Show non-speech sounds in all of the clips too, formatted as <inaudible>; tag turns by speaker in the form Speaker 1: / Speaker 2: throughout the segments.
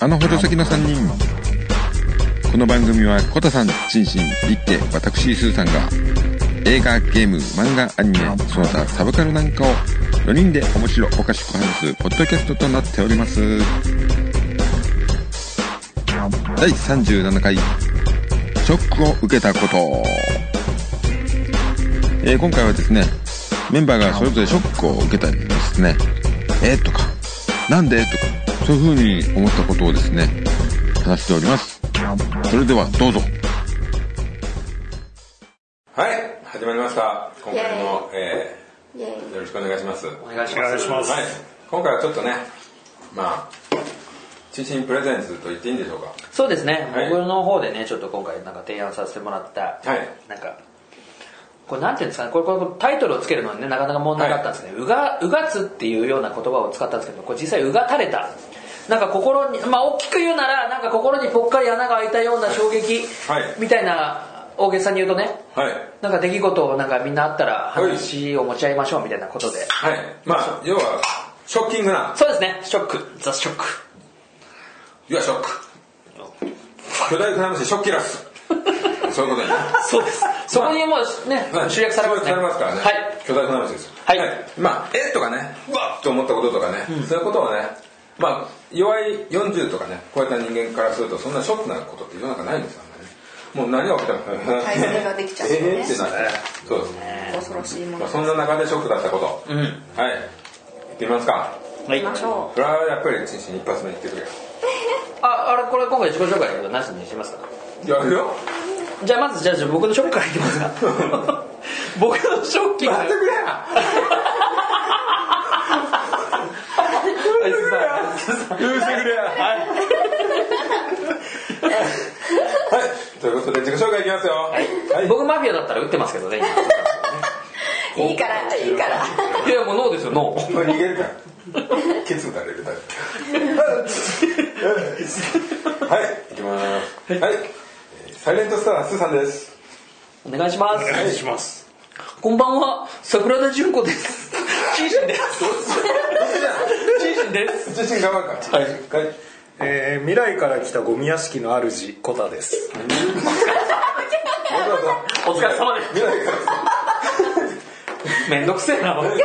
Speaker 1: あの補助席の3人この番組はコタさんシンシンリッケ私スーさんが映画ゲーム漫画アニメその他サブカルなんかを4人で面白おかしく話すポッドキャストとなっております第37回ショックを受けたこと、えー今回はですねメンバーがそれぞれショックを受けたりですねえー、とかなんでとかそういうふうに思ったことをですね話しておりますそれではどうぞ
Speaker 2: はい、始まりました。今回も、え
Speaker 3: イェ
Speaker 2: ー
Speaker 3: イ
Speaker 2: よろしくお願いします。はい、
Speaker 4: お願いします。
Speaker 2: 今回はちょっとね、まあ、中心プレゼンツと言っていいんでしょうか。
Speaker 4: そうですね、
Speaker 2: はい
Speaker 4: 僕の方でね、ちょっと今回なんか提案させてもらった、
Speaker 2: はい
Speaker 4: なんか、これなんていうんですかね、これこれこれタイトルをつけるのにね、なかなか問題があったんですね、うが、うがつっていうような言葉を使ったんですけど、これ実際うがたれた。なんか心に、まあ大きく言うなら、なんか心にぽっかり穴が開いたような衝撃、
Speaker 2: はい
Speaker 4: みたいな、大げさに言うとね、
Speaker 2: はい。
Speaker 4: なんか出来事をなんかみんなあったら話を持ち合いましょうみたいなことで。
Speaker 2: はい。まあ、要は、ショッキングな、
Speaker 4: そうですね、ショック、ザ・ショック。
Speaker 2: 要はショック。巨大クラムシ、ショッキラス。そういうことに。
Speaker 4: <laughs> そうです。そこにもうね、集約されます
Speaker 2: 集約
Speaker 4: ね。
Speaker 2: されますからね。
Speaker 4: はい。
Speaker 2: 巨大クラムシです。
Speaker 4: はい
Speaker 2: まあ、えっとかね、うわっと思ったこととかね、そういうことをね、まあ、弱い40とかね、超えた人間からすると、そんなショックなことって世の中ないんですよね。もう何が起きたのか。
Speaker 3: 対策ができちゃ
Speaker 2: <laughs>
Speaker 3: う
Speaker 2: え
Speaker 3: ね
Speaker 2: ーってなって。そうです。
Speaker 3: 恐ろしいも
Speaker 2: ま
Speaker 3: の
Speaker 2: あ、そんな中でショックだったこと。
Speaker 4: うん
Speaker 2: はい。行ってみますか。
Speaker 4: は
Speaker 3: 行きましょ
Speaker 2: これはやっぱり、一日一発目行ってくれよ。
Speaker 4: あ、あれ、これ今回自己紹介だけど、なしにしますか
Speaker 2: やるよ。
Speaker 4: じゃあまず、じゃあじゃあ僕のショックからいき <laughs> ますか僕のショッキング。
Speaker 2: 待ってくれよ。
Speaker 4: あいつさ
Speaker 2: 許してくれよ。 <laughs> はい。はい。ということで、自己紹介いきますよ。はい
Speaker 4: 僕マフィアだったら撃ってますけどね。
Speaker 3: ういいからいいから
Speaker 4: 今いや、もうノーですよ、ノー。
Speaker 2: これ逃げるから。ケツ打たれるだけ。はい、行きます。はい。えーサイレントスター、スーさんです。
Speaker 4: お願いします。
Speaker 5: お願いします。
Speaker 4: こんばんは、桜田淳子です。チーシンです。チーシンです。
Speaker 2: 自身頑張るから。はい。はい。
Speaker 5: えー、未来から来たゴミ屋敷の主、コタです。
Speaker 4: お疲れ様です。
Speaker 2: 未来から。
Speaker 4: めんどくせえな、僕。
Speaker 3: いけ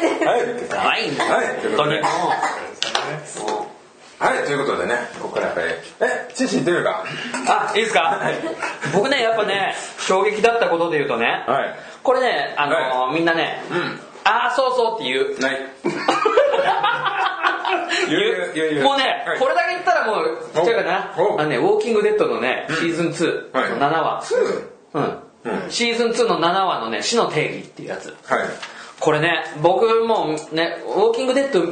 Speaker 3: ね
Speaker 2: はい。
Speaker 4: は
Speaker 2: は
Speaker 4: い。
Speaker 2: い。ということ
Speaker 4: 本当に。
Speaker 2: で
Speaker 4: も
Speaker 2: はい、ということでね、ここからやっぱり、え、自身出るか。
Speaker 4: うあ、いいですか僕ね、やっぱね、衝撃だったことで言うとね、
Speaker 2: はい。
Speaker 4: これね、あのーみんなね、
Speaker 2: ん
Speaker 4: ああ、そうそうって言う。
Speaker 2: ない。言う言う言う
Speaker 4: もうね、
Speaker 2: はい
Speaker 4: これだけ言ったらもう、
Speaker 2: お
Speaker 4: 違うかな。
Speaker 2: お
Speaker 4: あのね、ウォーキングデッドのね、シーズン2、
Speaker 2: はい
Speaker 4: 7話、
Speaker 2: すぐ。
Speaker 4: うん。シーズン2の7話のね、死の定義っていうやつ。
Speaker 2: はい。
Speaker 4: これね、僕もうね、ウォーキングデッド、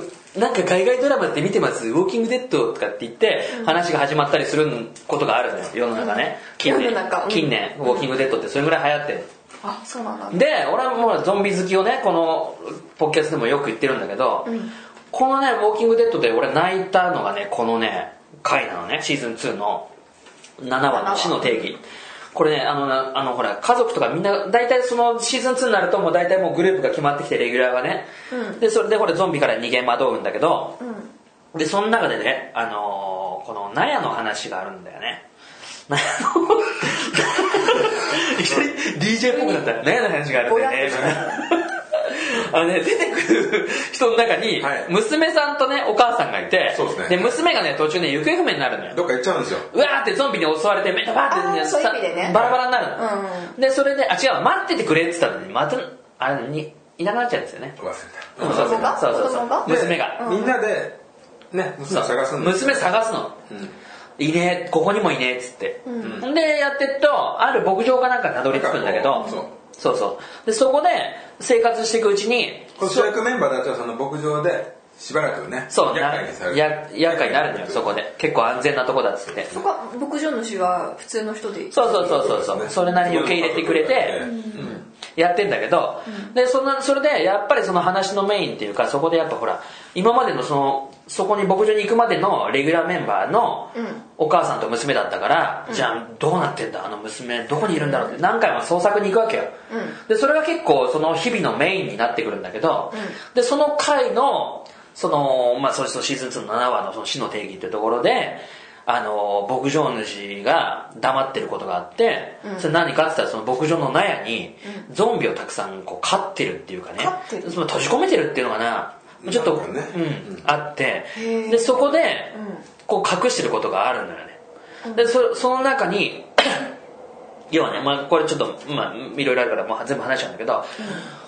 Speaker 4: なんか海外ドラマって見てますウォーキングデッドとかって言って話が始まったりすることがあるんです世の中ね近
Speaker 3: 世
Speaker 4: 年
Speaker 3: の中うん
Speaker 4: 近年ウォーキングデッドってそれぐらい流行ってる
Speaker 3: あそうなんだ
Speaker 4: で俺はもうゾンビ好きをねこのポッキャスでもよく言ってるんだけど、このね「ウォーキングデッド」で俺泣いたのがねこのね回なのねシーズン2の7話の「死の定義」これねあのなあのほら家族とかみんな大体そのシーズン2になるともう大体もうグループが決まってきてレギュラーがね、
Speaker 3: うん
Speaker 4: でそれでほらゾンビから逃げ惑うんだけど
Speaker 3: う、ん
Speaker 4: でその中でね、あのーこの納屋の話があるんだよね納屋 <laughs> のいきなり DJ っぽくなった納屋の話があるん
Speaker 3: ぼ
Speaker 4: だよ
Speaker 3: や
Speaker 4: ね
Speaker 3: っとし
Speaker 4: あのね出てくる人の中に
Speaker 2: はい
Speaker 4: 娘さんとねお母さんがいて
Speaker 2: そうですね
Speaker 4: 娘がね途中ね行方不明になるのよ
Speaker 2: どっか行っちゃうんですよ。
Speaker 4: うわーってゾンビに襲われて目がバーって、
Speaker 3: あーそういう意味でね
Speaker 4: さバラバラになるの、
Speaker 3: うん
Speaker 4: でそれであ違う待っててくれって言ったのにまたあれにいなくなっちゃうんですよね
Speaker 2: 忘れた。
Speaker 4: そうそう
Speaker 3: が
Speaker 4: そうそう
Speaker 3: 子
Speaker 4: そ
Speaker 3: 供
Speaker 4: う
Speaker 3: が
Speaker 4: 娘が
Speaker 2: みんなで、ね、娘を探すんです
Speaker 4: 娘探すの、いねえここにもいねえっつって、
Speaker 3: う
Speaker 4: でやってるとある牧場かなんかにたどり着くんだ
Speaker 2: な
Speaker 4: け
Speaker 2: ん
Speaker 4: ど
Speaker 2: かこう
Speaker 4: そうそうでそこで生活していくうちに
Speaker 2: この主役メンバーだとその牧場でしばらくね
Speaker 4: そう
Speaker 2: 厄
Speaker 4: な
Speaker 2: 介にされる
Speaker 4: や厄介になるのよそこで結構安全なとこだっつって
Speaker 3: そこは牧場主は普通の人でいい
Speaker 4: そうそうそうそうそう、それなりに受け入れてくれて、やってんだけど、でそんなそれでやっぱりその話のメインっていうかそこでやっぱほら今までのそのそこに牧場に行くまでのレギュラーメンバーの
Speaker 3: うん
Speaker 4: お母さんと娘だったから、じゃあどうなってんだあの娘どこにいるんだろうって何回も捜索に行くわけよ、
Speaker 3: うん
Speaker 4: でそれが結構その日々のメインになってくるんだけど、
Speaker 3: ん
Speaker 4: でその回のその、まあ、それそのシーズン2の7話のその死の定義っていうところであの牧場主が黙ってることがあって、
Speaker 3: うん
Speaker 4: それ何かって言ったらその牧場の納屋にゾンビをたくさんこう飼ってるっていうかね
Speaker 3: 飼ってる
Speaker 4: その閉じ込めてるっていうのかなちょっと、
Speaker 2: なんかね
Speaker 4: うん、あって
Speaker 3: へー
Speaker 4: でそこで
Speaker 3: うん
Speaker 4: こう隠してることがあるんだよねでそその中に <coughs> 要はね、まあ、これちょっと、まあ、いろいろあるから、まあ、全部話しちゃうんだけど、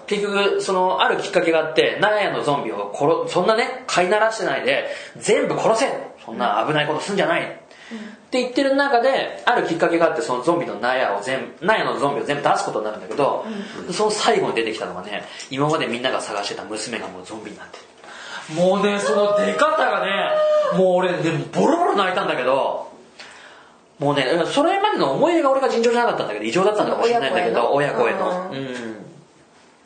Speaker 4: 結局そのあるきっかけがあって長屋のゾンビを殺そんなね飼いならしてないで全部殺せそんな危ないことすんじゃない、って言ってる中であるきっかけがあってそのゾンビの納屋を全部納屋のゾンビを全部出すことになるんだけど、その最後に出てきたのがね今までみんなが探してた娘がもうゾンビになってるもうねその出方がねもう俺でもボロボロ泣いたんだけどもうねそれまでの思い出が俺が尋常じゃなかったんだけど異常だったのかもしれないんだけど
Speaker 3: 親
Speaker 4: 親子
Speaker 3: 子
Speaker 4: へ
Speaker 3: へ
Speaker 4: の
Speaker 3: の
Speaker 4: うん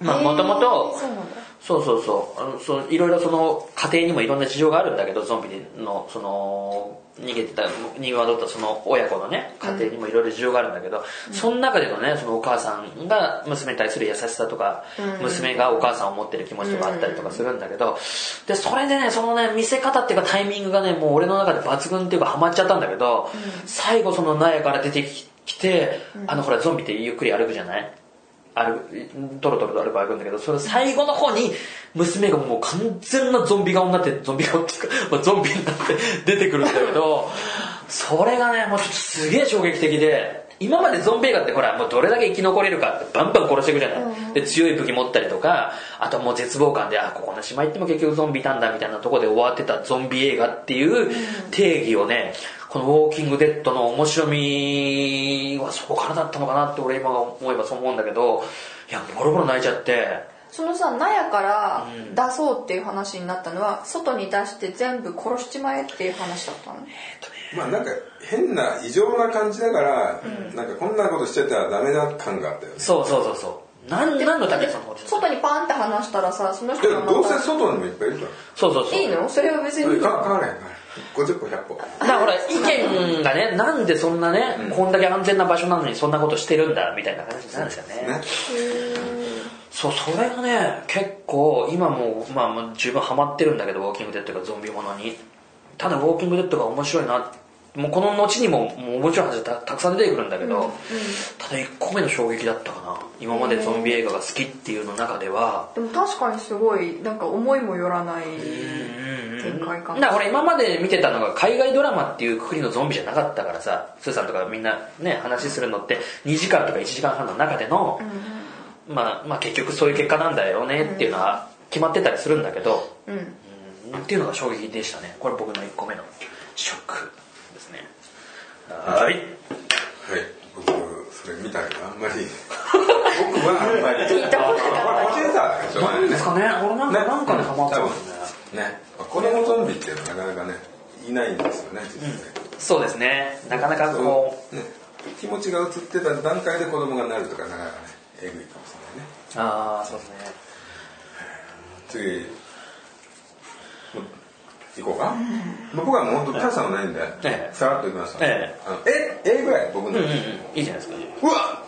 Speaker 4: まあ
Speaker 3: へー
Speaker 4: もともと
Speaker 3: そうなんだ
Speaker 4: そうそうそうあのそういろいろその家庭にもいろんな事情があるんだけどゾンビのその逃げてた逃げ惑ったその親子のね家庭にもいろいろ事情があるんだけど、その中でのねそのお母さんが娘に対する優しさとか、娘がお母さんを持ってる気持ちとかあったりとかするんだけど、でそれでねそのね見せ方っていうかタイミングがねもう俺の中で抜群っていうかハマっちゃったんだけど、最後その納屋から出てきて、あのほらゾンビってゆっくり歩くじゃないあるトロトロと歩く歩くんだけどそれ最後の方に娘がもう完全なゾンビ顔になってゾンビ顔っていうか、まあ、ゾンビになって出てくるんだけどそれがねもうちょっとすげえ衝撃的で今までゾンビ映画ってほらもうどれだけ生き残れるかってバンバン殺していくじゃない、で強い武器持ったりとかあともう絶望感であここの島行っても結局ゾンビいたんだみたいなところで終わってたゾンビ映画っていう定義をねこの「ウォーキング・デッド」の面白みはそこからだったのかなって俺今思えばそう思うんだけどいやボロボロ泣いちゃって
Speaker 3: そのさ納屋から出そうっていう話になったのは外に出して全部殺しちまえっていう話だったの
Speaker 2: まあなんか変な異常な感じだから、なんかこんなことしちゃったらダメな感があったよね
Speaker 4: そうそうそうそうなん何のためにそのこと
Speaker 3: 外にパーンって話したらさその
Speaker 2: で
Speaker 3: 人が
Speaker 2: も
Speaker 3: ま
Speaker 2: どうせ
Speaker 3: た
Speaker 2: 外にもいっぱいいるか
Speaker 4: そうそうそう
Speaker 3: いいのそれは別
Speaker 2: らそれ
Speaker 3: に
Speaker 2: かかわらへんから50個100個
Speaker 4: だからほら意見がねなんでそんなね、こんだけ安全な場所なのにそんなことしてるんだみたいな話になるんですよね
Speaker 2: ね
Speaker 4: そうそれがね結構今もう、まあ、もう十分ハマってるんだけど「ウォーキング・デッド」がゾンビものにただ「ウォーキング・デッド」が面白いなもうこの後にももう面白い話がたたくさん出てくるんだけど、ただ1個目の衝撃だったかな今までゾンビ映画が好きっていうの中では
Speaker 3: でも確かにすごいなんか思いもよらない展開
Speaker 4: だ
Speaker 3: 感
Speaker 4: から俺今まで見てたのが海外ドラマっていうくくりのゾンビじゃなかったからさスーさんとかみんなね話するのって2時間とか1時間半の中での、まあ、まあ結局そういう結果なんだよねっていうのは決まってたりするんだけど、
Speaker 3: うん
Speaker 4: うんっていうのが衝撃でしたねこれ僕の1個目のショックですねは
Speaker 2: は
Speaker 4: ー
Speaker 2: は
Speaker 4: い
Speaker 2: い、僕それ見たけどあんまり僕はあんまり
Speaker 3: 聞いたことな
Speaker 2: まあ
Speaker 3: か
Speaker 2: 個人差はしょうがな
Speaker 4: ないん
Speaker 2: ね
Speaker 4: ですかね俺 <laughs> なんか、
Speaker 2: ね
Speaker 4: なんかでハマったん
Speaker 2: 多分
Speaker 4: ですね
Speaker 2: ね子供ゾンビっていうのはなかなかねいないんですよね実際、
Speaker 4: そうですねなかなか
Speaker 2: そ
Speaker 4: こ
Speaker 2: のね気持ちが移ってた段階で子供がなるとかなかなかねえぐいかもしれないう
Speaker 4: ああそうですね
Speaker 2: ね次もう行こうか、まあ僕はもう本当大したのないんで、
Speaker 4: ええ
Speaker 2: さらっと行きました、
Speaker 4: ええ
Speaker 2: あのええぐらい僕の、う
Speaker 4: うんうんいいじゃないですか
Speaker 2: わ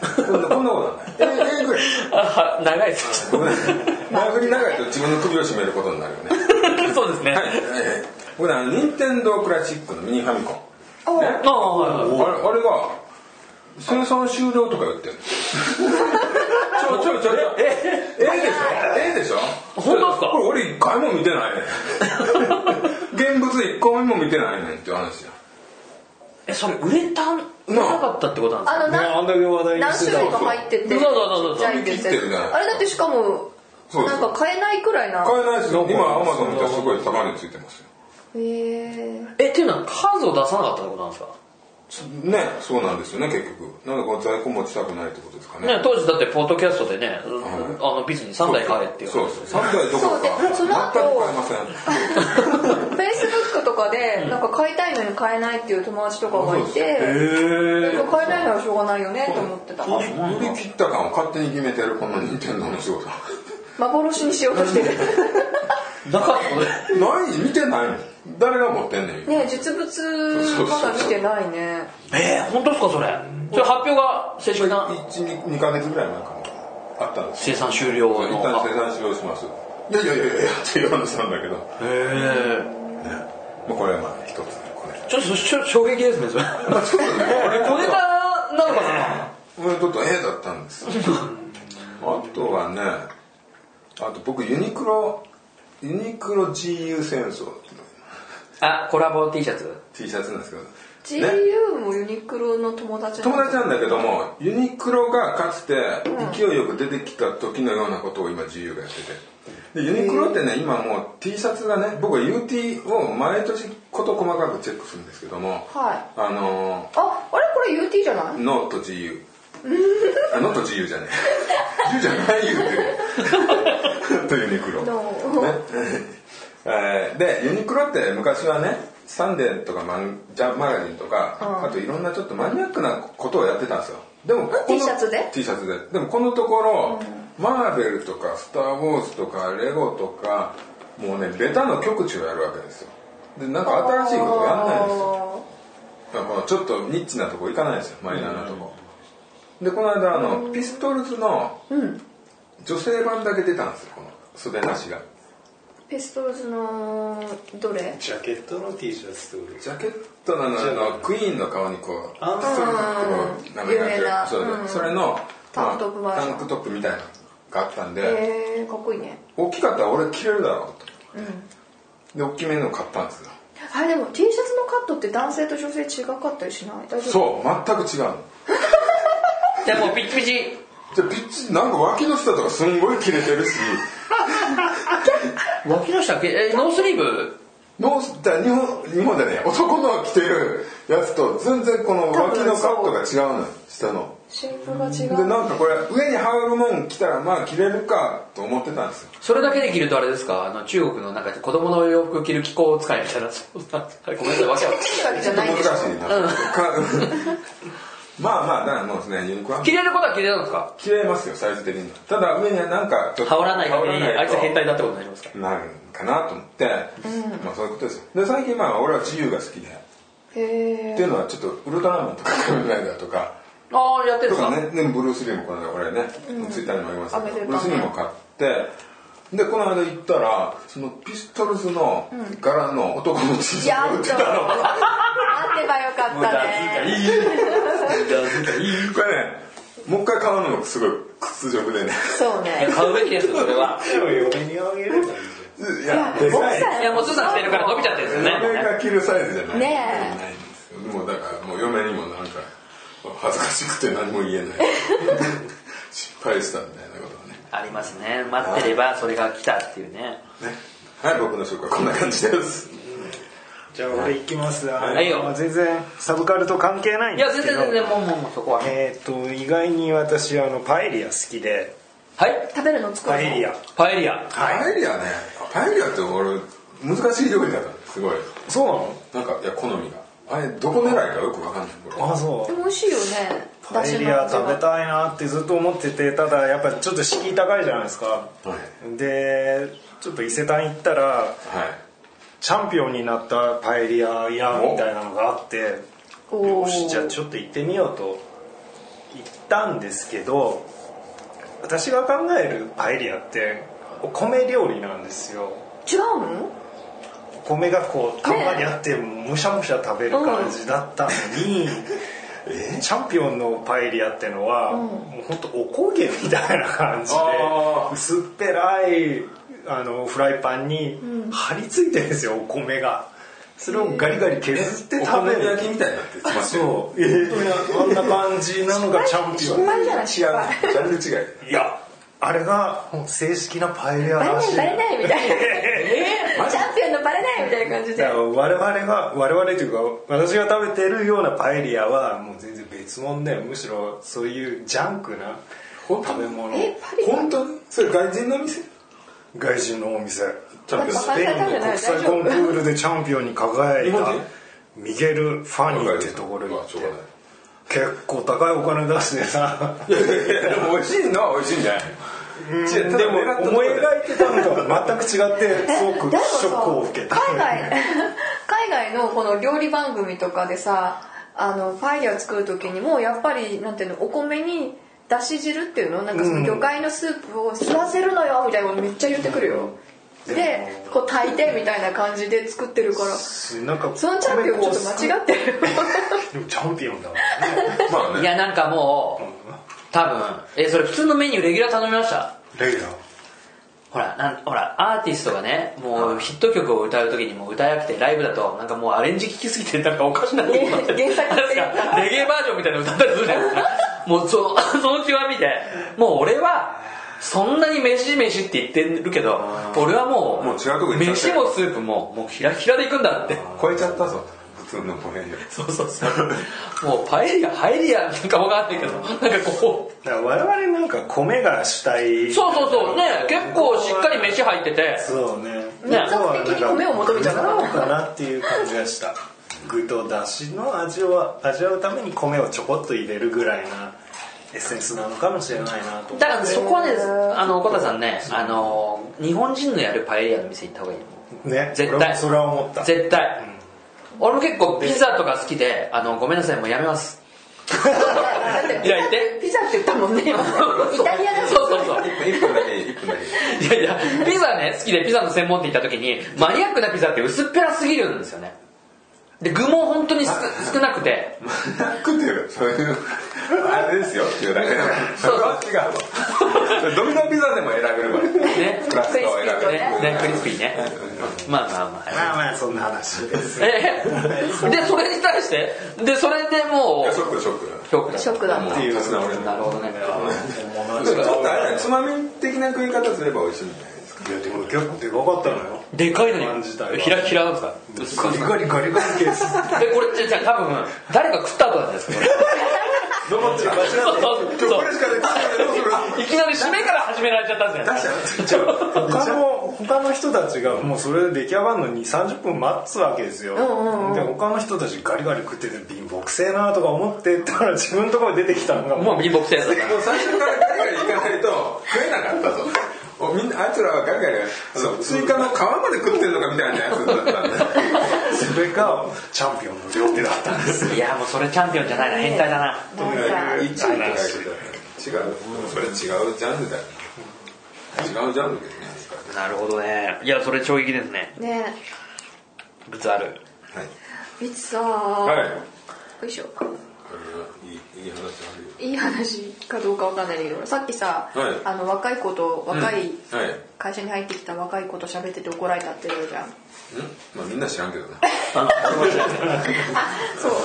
Speaker 2: こんなこんなことなんだええぐらい
Speaker 4: あは長いです
Speaker 2: ごめんなさい前振り長いと自分の首を絞めることになるよね
Speaker 4: <laughs> そうですね、
Speaker 2: はい、えー、僕ねあの任天堂クラシックのミニファミコン
Speaker 3: お
Speaker 2: ね
Speaker 4: ああはいはい
Speaker 2: あれあれが生産終了とか言ってるちょちょちょちょえええでしょええでしょ
Speaker 4: 本当ですか
Speaker 2: これ俺一回も見てないねん現物一個目も見てないねんっていう話よ
Speaker 4: えそれ売れたん売れなかったってことなんです
Speaker 3: あ
Speaker 4: か
Speaker 3: の
Speaker 5: ねあんだけ話題に
Speaker 3: 何
Speaker 5: し
Speaker 3: 種
Speaker 5: てた
Speaker 3: 類か入ってて
Speaker 4: そうそうそうそう
Speaker 3: ちっちゃいって
Speaker 2: 切ってるね
Speaker 3: あれだってしかも
Speaker 2: そうです
Speaker 3: なんか買えないくらいな
Speaker 2: 買えないですよ
Speaker 5: どこ
Speaker 2: 今アマゾン見たらすごい高値ついてますよ
Speaker 3: へえ
Speaker 4: えっていうのは数を出さなかったってことなんですか
Speaker 2: ねそうなんですよね結局なんでこの在庫持ちたくないってことですかね
Speaker 4: ね当時だってポッドキャストでね、あのビズに3台買えっていう
Speaker 2: そうそう3台どころか
Speaker 3: そうでその後
Speaker 2: 全く買えません
Speaker 3: フェイスブックとかでなんか買いたいのに買えないっていう友達とかがいて、なんか買えないのはしょうがないよねと思ってた
Speaker 2: 売り切った
Speaker 3: <laughs>
Speaker 2: 感を勝手に決めてるこの任天堂の仕事
Speaker 3: 幻にしようとしてる
Speaker 4: なかったね
Speaker 2: ない見てないの誰が持ってんねん
Speaker 3: ね実物まだ見てないね
Speaker 4: えー、本当ですかそれそれ発表が正式な
Speaker 2: 12か月ぐらい前かなあったんです
Speaker 4: 生産終了
Speaker 2: 一
Speaker 4: の
Speaker 2: 旦
Speaker 4: あ
Speaker 2: 生産終了しますいやいやいやいやって言われたんだけど、
Speaker 4: へえ
Speaker 2: まあ、これはまあ一つねこれ
Speaker 4: ちょっとしょ衝撃ですねそれ
Speaker 2: ちょっとね
Speaker 4: 小ネタなのかな
Speaker 2: 俺にとっては A だったんですよあとはねあと僕ユニクロユニクロ GU 戦争っていうの
Speaker 4: <laughs> あコラボ T シャツ
Speaker 2: T シャツなんですけど
Speaker 3: GU もユニクロの友達
Speaker 2: 友達なんだけどもユニクロがかつて勢いよく出てきた時のようなことを今 GU がやっててでユニクロってね今もう T シャツがね僕は UT を毎年事細かくチェックするんですけども、
Speaker 3: はい
Speaker 2: あの
Speaker 3: ああれこれ UT じゃない
Speaker 2: ー、ノート GU あノート GU じゃねえ GU じゃない U <laughs> というとユニクロ
Speaker 3: どうも
Speaker 2: ねえーでユニクロって昔はねサンデーとかマンジャンマガジンとか、
Speaker 3: うん
Speaker 2: あといろんなちょっとマニアックなことをやってたんですよでもここの
Speaker 3: T シャツで
Speaker 2: T シャツででもこのところ、マーベルとか「スター・ウォーズ」とか「レゴ」とかもうねベタの極地をやるわけですよでなんか新しいことやんないんですよだからちょっとニッチなとこ行かないんですよマイナーなとこ、でこの間あのピストルズの
Speaker 3: うん
Speaker 2: 女性版だけ出たんですよこの袖なしが
Speaker 3: ピストルズのどれ
Speaker 5: ジャケットの T シャツってこと
Speaker 2: ジャケットなのあのクイーンの顔にこう
Speaker 5: あー
Speaker 2: こう名前が入って
Speaker 3: 有名
Speaker 2: る
Speaker 3: な
Speaker 2: そう
Speaker 3: うん
Speaker 2: それの
Speaker 3: タンクトップバージョ
Speaker 2: タ
Speaker 3: ン
Speaker 2: ンクトップみたいなのがあったんで
Speaker 3: えー、かっこいいね
Speaker 2: 大きかったら俺着れるだろうとで大きめの買ったんですよ
Speaker 3: あれでも T シャツのカットって男性と女性違かったりしない大丈夫
Speaker 2: そう全く違うの
Speaker 4: じゃあもうピッチピチ
Speaker 2: じゃあピッチなんか脇の下とかすんごい切れてるし
Speaker 4: 脇の下けえノースリーブ
Speaker 2: ノースだから日本日本じゃねえ男の着てるやつと全然この脇のカットが違うのよ下の
Speaker 3: シェイプが違
Speaker 2: で
Speaker 3: う
Speaker 2: なんかこれ上に羽織るもん着たらまあ着れるかと思ってたんですよ
Speaker 4: それだけで着るとあれですかあの中国のなんか子供の洋服着る気候使いみたいなそんな <laughs> ごめんなさいわけわかんない
Speaker 2: ち
Speaker 3: ってわけじ
Speaker 2: ょ
Speaker 3: ゃ
Speaker 2: っと
Speaker 3: ない
Speaker 2: 難
Speaker 3: んで
Speaker 2: し
Speaker 3: しょ
Speaker 2: いな。かまあまあ、だからもうですね、ユニクロは
Speaker 4: 着れることは着れるんですか
Speaker 2: 切れますよ、サイズ的には。ただ上にはなんかちょっと
Speaker 4: 羽織らないように
Speaker 2: 羽織らな
Speaker 4: あい
Speaker 2: と
Speaker 4: つ変態だってことになりますか
Speaker 2: なるかなと思って、まあそういうことですよ。で、最近まあ俺は自由が好きで。
Speaker 3: へ
Speaker 2: ってい
Speaker 3: え
Speaker 2: うのはちょっとウルトラマンとか仮面ライダーとか、
Speaker 4: ああやってる
Speaker 2: と
Speaker 4: んです
Speaker 2: か
Speaker 4: か、
Speaker 2: ね、でブルース・リーもこの間俺ね、ツイッターにもありましたけ
Speaker 3: あ
Speaker 2: ど、
Speaker 3: げてたね
Speaker 2: ブルース・リーも買って、で、この間行ったら、そのピストルズの柄の男の T シ
Speaker 3: や
Speaker 2: ャ
Speaker 3: っ
Speaker 2: ツ
Speaker 3: と
Speaker 2: を売っ
Speaker 3: 待ってて
Speaker 2: た
Speaker 3: ば
Speaker 2: の。
Speaker 3: よか
Speaker 4: も
Speaker 3: っ
Speaker 4: う
Speaker 3: た
Speaker 4: ダズがい
Speaker 3: ね
Speaker 4: いダズがい
Speaker 2: <laughs>
Speaker 4: い
Speaker 2: これね、もう一回買うのもすごい屈辱でね。
Speaker 3: そう
Speaker 4: いや
Speaker 3: ね
Speaker 4: 買うべきですよそれは
Speaker 5: でも嫁にあげればいいじ
Speaker 2: い
Speaker 3: い
Speaker 2: や、
Speaker 3: や
Speaker 2: でかい。
Speaker 4: いやもうスーさん着てるから伸びちゃってるんですよね
Speaker 2: 嫁が着るサイズじゃない。
Speaker 3: ねえ
Speaker 2: ないんですよもうだから、もう嫁にもなんか、恥ずかしくて何も言え <laughs> ない。失敗したみたいなことをね。
Speaker 4: ありますね待ってればそれが来たっていうね
Speaker 2: ねはい、僕の紹介はこんな感じです。
Speaker 5: ゃんじゃあ俺行きますはい
Speaker 4: よ
Speaker 5: 全然サブカルと関係ないん
Speaker 4: い
Speaker 5: で
Speaker 4: や
Speaker 5: す
Speaker 4: 全
Speaker 5: けど
Speaker 4: 然全然もうもうもうそこははい
Speaker 5: えっと意外に私あのパエリア好きで
Speaker 3: 食べるの作
Speaker 5: パ
Speaker 3: るの
Speaker 5: エリア
Speaker 4: パエリア
Speaker 2: パエリアね、パエリアって俺、難しい料理だから、すごい。
Speaker 5: そうなの
Speaker 2: なんか、いや、好みが。あれ、どこ狙いかよくわかんない。これ
Speaker 5: あそう
Speaker 3: でも美味しいよね
Speaker 5: パエリア食べたいなってずっと思っててただやっぱちょっと敷居高いじゃないですか
Speaker 2: は
Speaker 5: でちょっと伊勢丹行ったら
Speaker 2: い。
Speaker 5: チャンピオンになったパエリア屋みたいなのがあって
Speaker 3: お
Speaker 5: よ
Speaker 3: お
Speaker 5: しじゃあちょっと行ってみようと行ったんですけど私が考えるパエリアってお米料理なんですよ
Speaker 3: 違うの
Speaker 5: お米がこう釜にあってむしゃむしゃ食べる感じだったのに、チャンピオンのパエリアってのは、もうほんとおこげみたいな感じで
Speaker 2: あー
Speaker 5: 薄っぺらいあのフライパンに張り付いてるんですよ、お米がそれをガリガリ削って
Speaker 2: お
Speaker 5: 食
Speaker 2: 好
Speaker 5: べ
Speaker 2: み
Speaker 5: る
Speaker 2: 焼きみたいにな <laughs> ってましたよ。
Speaker 5: そう、えー、あんな感じなのがチャンピオ
Speaker 3: 失
Speaker 5: ン
Speaker 3: 敗じゃない
Speaker 2: 違
Speaker 3: 失
Speaker 2: う
Speaker 3: 敗。
Speaker 2: ジャンル違い。
Speaker 5: いやあれがもう正式なパエリア
Speaker 3: バレ
Speaker 5: ら
Speaker 3: な
Speaker 5: し
Speaker 3: い
Speaker 5: い
Speaker 3: バレ
Speaker 5: <laughs>
Speaker 3: ないみたいなチャンピオンのバレないみたいな感じで
Speaker 5: だから我々が我々というか私が食べてるようなパエリアはもう全然別物でむしろそういうジャンクな
Speaker 2: 本当
Speaker 5: 食べ物
Speaker 3: えパリ
Speaker 2: 本当にそれ外人の店
Speaker 5: 外人のお店
Speaker 2: チャンピオン
Speaker 3: バ
Speaker 5: ス
Speaker 3: カ
Speaker 5: ペイ
Speaker 3: に
Speaker 5: ン
Speaker 3: されたんじゃ
Speaker 5: の
Speaker 3: ない
Speaker 5: 国際
Speaker 3: 大丈
Speaker 5: コン
Speaker 3: 夫
Speaker 5: クールでチャンピオンに輝い
Speaker 2: 日本
Speaker 5: た
Speaker 2: 人
Speaker 5: ミゲル・ファニーってところに行って
Speaker 2: しょうがない
Speaker 5: 結構高いお金出してさ
Speaker 2: いやいやいやでも美味しいのは美味しいんじゃない
Speaker 5: でも思い描いてたのと
Speaker 2: <laughs>
Speaker 5: は全く違ってすごくショックを受けた
Speaker 3: 海外 <laughs> 海外のこの料理番組とかでさあのパエリアを作る時にもやっぱりなんていうのお米にだし汁っていうのなんかその魚介のスープを吸わせるのよみたいなことめっちゃ言ってくるよ、でこう炊いてみたいな感じで作ってるから
Speaker 5: なんか
Speaker 3: そのチャンピオンちょっと間違ってる
Speaker 5: <laughs> でもチャンピオンだもんね
Speaker 2: まあ
Speaker 4: い
Speaker 2: ね
Speaker 4: やなんかもう多分えそれ普通のメニューレギュラー頼みました
Speaker 5: レギュラー
Speaker 4: ほらなんほらアーティストがねもうヒット曲を歌う時にもう歌えなくてライブだとなんかもうアレンジ聴きすぎてなんかおかしなことになって <laughs>
Speaker 3: 原作っていうか
Speaker 4: レゲエバージョンみたいなの歌ったりするじゃないですか <laughs> もうそのその極みでもう俺はそんなに飯飯って言ってるけど俺はもう
Speaker 2: もう違うとこ行っちゃって
Speaker 4: 飯もスープももうひらひらでいくんだって
Speaker 2: 超えちゃったぞ普通のパエリア
Speaker 4: そうそうそうもうパエリアハエリアなんかわかんないけどなんかこう
Speaker 5: だから我々なんか米が主体
Speaker 4: そうそうそうね結構しっかり飯入ってて
Speaker 5: そうね
Speaker 4: ね
Speaker 5: 向こうはなんか
Speaker 3: 米を求めちゃう
Speaker 5: 具なのかなっていう感じがした具とだしの味を味わうために米をちょこっと入れるぐらいなエッセンスなのかもしれないなと思って
Speaker 4: だからそこはねあの小田さんねあの日本人のやるパエリアの店行った方がいい
Speaker 5: ね
Speaker 4: 絶対
Speaker 5: 俺もそれは思った
Speaker 4: 絶対、俺も結構ピザとか好きであのごめんなさいもうやめます
Speaker 3: だって
Speaker 4: <laughs> いやいて
Speaker 3: ピザって言ったもんねイタリアだし
Speaker 4: そうそうそう
Speaker 2: 1分だけ1分だけ <laughs>
Speaker 4: いやいやピザね好きでピザの専門店行った時にマニアックなピザって薄っぺらすぎるんですよねで具も本当に少少なくて
Speaker 2: 食ってるそういうあれですよっていうだけだからそれは違うわドミノピザでも選べるわ
Speaker 4: ね
Speaker 2: クラスターを選べる
Speaker 4: ねねクリスピーねまあまあまあ
Speaker 5: まあまあそんな話です
Speaker 4: ええでそれに対してでそれでも
Speaker 2: シ
Speaker 4: う
Speaker 2: ョックショック
Speaker 4: ショックだ
Speaker 3: ショックだった
Speaker 5: っていう
Speaker 2: 確かに俺
Speaker 4: なるほどね
Speaker 5: もう
Speaker 2: ちょっ
Speaker 5: なん
Speaker 2: と
Speaker 5: か
Speaker 2: あれだねつまみ的な食い方すれば美味しいんじゃないですか
Speaker 5: いやでも結構でかかったのよ
Speaker 4: でかいの
Speaker 5: 感
Speaker 4: に
Speaker 5: じたよ
Speaker 4: ひらひらなんですか
Speaker 5: ガリガリガリガリケース
Speaker 4: でこれじゃじゃ多分誰か食った後なんですかこれ
Speaker 5: どうもって間違って
Speaker 4: そうそう
Speaker 2: 今
Speaker 4: そ
Speaker 2: 日これしかできないけどそれは
Speaker 4: ういきなり締めから始められちゃったんですよね
Speaker 5: 他の他の人たちがもうそれで出来上がるのに30分待つわけですよ、で他の人たちガリガリ食ってて貧乏くせえなとか思ってたら自分のところで出てきたのがも
Speaker 4: もう貧乏くせえやつだから
Speaker 2: もう最初からガリガリいかないと食えなかったぞおみんなあいつらはガリガリそうスイカの皮まで食ってるのかみたいなやつだったんで
Speaker 5: うそれがチャンピオンの両手だったんです
Speaker 4: いやもうそれチャンピオンじゃないな変態だな
Speaker 3: なんか
Speaker 2: 1位って書いてあるけど違うそれ違うジャンルだよ違うジャンルですか
Speaker 4: なるほどねいやそれ衝撃ですね
Speaker 3: ね
Speaker 4: ぶつある
Speaker 2: はい
Speaker 3: えいつさ、
Speaker 2: はい
Speaker 3: よいしょ
Speaker 2: これはいいいい話あるよ
Speaker 3: いい話かどうかわかんないけどさっきさ、
Speaker 2: はい
Speaker 3: あの若い子と若い、
Speaker 2: はいん
Speaker 3: 会社に入ってきた若い子と喋ってて怒られたって言うじゃん
Speaker 2: まあみんな知らんけどな
Speaker 3: そう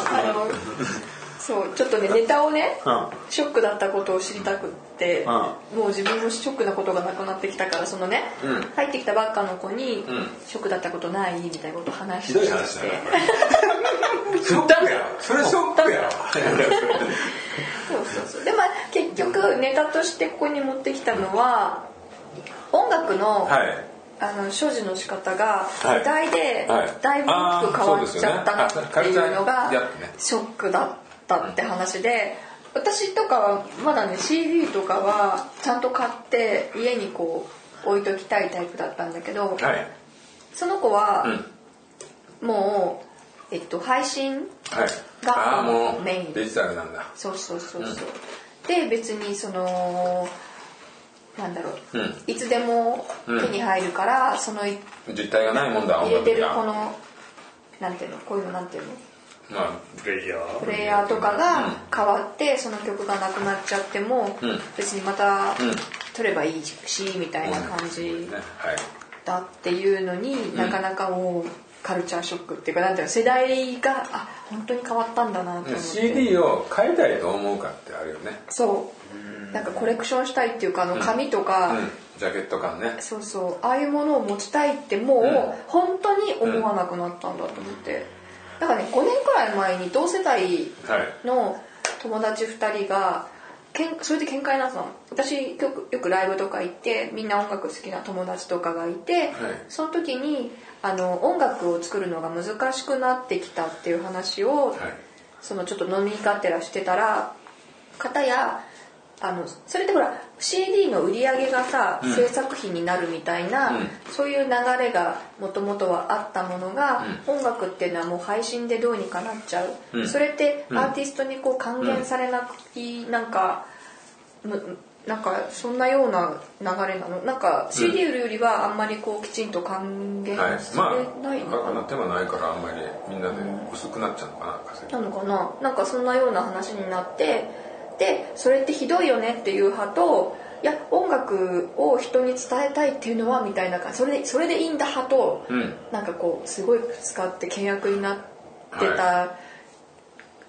Speaker 3: あのそうちょっとねネタをね、
Speaker 4: うん
Speaker 3: ショックだったことを知りたくって、
Speaker 4: ん
Speaker 3: もう自分もショックなことがなくなってきたからそのね、
Speaker 2: うん
Speaker 3: 入ってきたばっかの子に、
Speaker 2: ん
Speaker 3: ショックだったことないみたいなことを
Speaker 2: ひ
Speaker 3: 話して
Speaker 2: どい話だなこれ
Speaker 4: 振ったんだ
Speaker 2: それショックや
Speaker 3: そうそうそうでまあ結局ネタとしてここに持ってきたのは音楽の,、
Speaker 2: はい
Speaker 3: あの所持の仕方が
Speaker 2: はい
Speaker 3: 世代で
Speaker 2: はい
Speaker 3: だいぶ大きく変わっちゃったな
Speaker 2: あーそうですよねあ
Speaker 3: っていう
Speaker 2: カル
Speaker 3: のが
Speaker 2: チャーギャップね
Speaker 3: ショックだったって話で私とかはまだね CD とかはちゃんと買って家にこう置いときたいタイプだったんだけ
Speaker 2: は
Speaker 3: ど
Speaker 2: い
Speaker 3: その子はもう、えっと、配信
Speaker 2: はい
Speaker 3: が
Speaker 2: ああも
Speaker 3: メイン
Speaker 2: うデジタルなんだ
Speaker 3: そうそうそうそう、で別にそのなんだろう、
Speaker 2: うん
Speaker 3: いつでも手に入るから、その入
Speaker 2: 実体がないもんだ音
Speaker 3: れ
Speaker 2: 楽
Speaker 3: て
Speaker 2: に
Speaker 3: るこ
Speaker 2: は
Speaker 3: のなんていうのこういうのなんていうの
Speaker 2: ま
Speaker 5: プレイヤー
Speaker 3: プレイヤーとかが変わってその曲がなくなっちゃっても、
Speaker 2: うん
Speaker 3: 別にまた
Speaker 2: ん
Speaker 3: 取ればいいしみたいな感
Speaker 2: あ
Speaker 3: じ
Speaker 2: ねはい
Speaker 3: だっていうのに、なかなかもうカルチャーショックっていうかなんていうの世代があ本当に変わったんだなと思っ
Speaker 2: ね
Speaker 3: て。
Speaker 2: CD を買いたいと思うかってあるよね
Speaker 3: そうなんかコレクションしたいっていうかあの紙とか、
Speaker 2: うんジャケット感ね
Speaker 3: そうそうああいうものを持ちたいってもう、本当に思わなくなったんだと思って、だからね5年くらい前に同世代
Speaker 2: はい
Speaker 3: の友達2人がけんそれで喧嘩になったの私よくよくライブとか行ってみんな音楽好きな友達とかがいて、その時にあの音楽を作るのが難しくなってきたっていう話を、
Speaker 2: はい
Speaker 3: そのちょっと飲みがてらしてたら方やあのそれってほら CD の売り上げがさ、
Speaker 4: ん
Speaker 3: 制作費になるみたいな、
Speaker 4: うん
Speaker 3: そういう流れがもともとはあったものが、音楽っていうのはもう配信でどうにかなっちゃう、
Speaker 4: うん
Speaker 3: それってアーティストにこう還元されなくい、なんかむなんかそんなような流れなのなんか CD 売るよりはあんまりこうきちんと還元
Speaker 2: はい
Speaker 3: さ
Speaker 2: ま
Speaker 3: れない
Speaker 2: あ
Speaker 3: の
Speaker 2: 高
Speaker 3: か
Speaker 2: く
Speaker 3: な
Speaker 2: なってもないからあんまりみんなで薄くなっちゃうのかな稼ぎ
Speaker 3: なのかななんかそんなような話になってでそれってひどいよねっていう派といや音楽を人に伝えたいっていうのはみたいな感じそれでそれでいいんだ派と、
Speaker 2: うん
Speaker 3: なんかこうすごい使って倹約になってた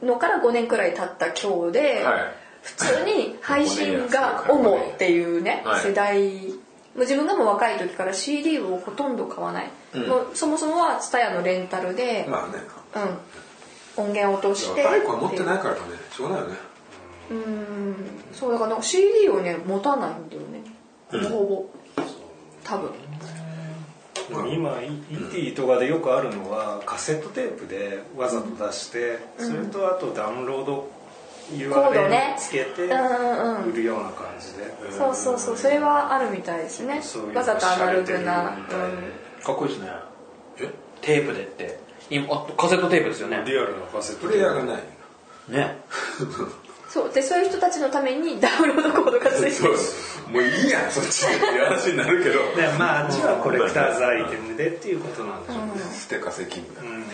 Speaker 3: のから5年くらい経った今日で、
Speaker 2: はい
Speaker 3: 普通に配信が主っていうね、
Speaker 2: はい
Speaker 3: 世代もう自分がもう若い時から CD をほとんど買わない、もうそもそもは TSUTAYA のレンタルで、
Speaker 2: まあね
Speaker 3: うん、音源を落として
Speaker 2: 若い子は持ってないからねしょうがないよね
Speaker 3: うんそうだからなんか CD をね持たないんだよねほぼほぼ多分
Speaker 5: 今イイティとかでよくあるのはカセットテープでわざと出して、それとあとダウンロード
Speaker 3: コードね
Speaker 5: URL つけて
Speaker 3: うんうん
Speaker 5: 売るような感じで、
Speaker 3: そうそうそうそれはあるみたいですね
Speaker 5: そういうの
Speaker 3: わざとアナログな、
Speaker 5: おしゃれで
Speaker 4: かっこいいですね
Speaker 2: え
Speaker 4: テープでって今あカセットテープですよね
Speaker 5: リアルなカセッ
Speaker 2: プ
Speaker 5: ト
Speaker 2: レイ
Speaker 5: テ
Speaker 2: ヤー
Speaker 5: ー
Speaker 2: が
Speaker 5: プ
Speaker 2: ない
Speaker 4: ね
Speaker 3: うん、そうでそういう人たちのためにダウンロードコードがついて
Speaker 2: そう
Speaker 3: る
Speaker 2: ですもういいやんそっちっていう話になるけど
Speaker 5: でまああっちはコレクターズアイテムでっていうことなんでしょうね、
Speaker 2: 捨て稼ぎみたいな
Speaker 5: うん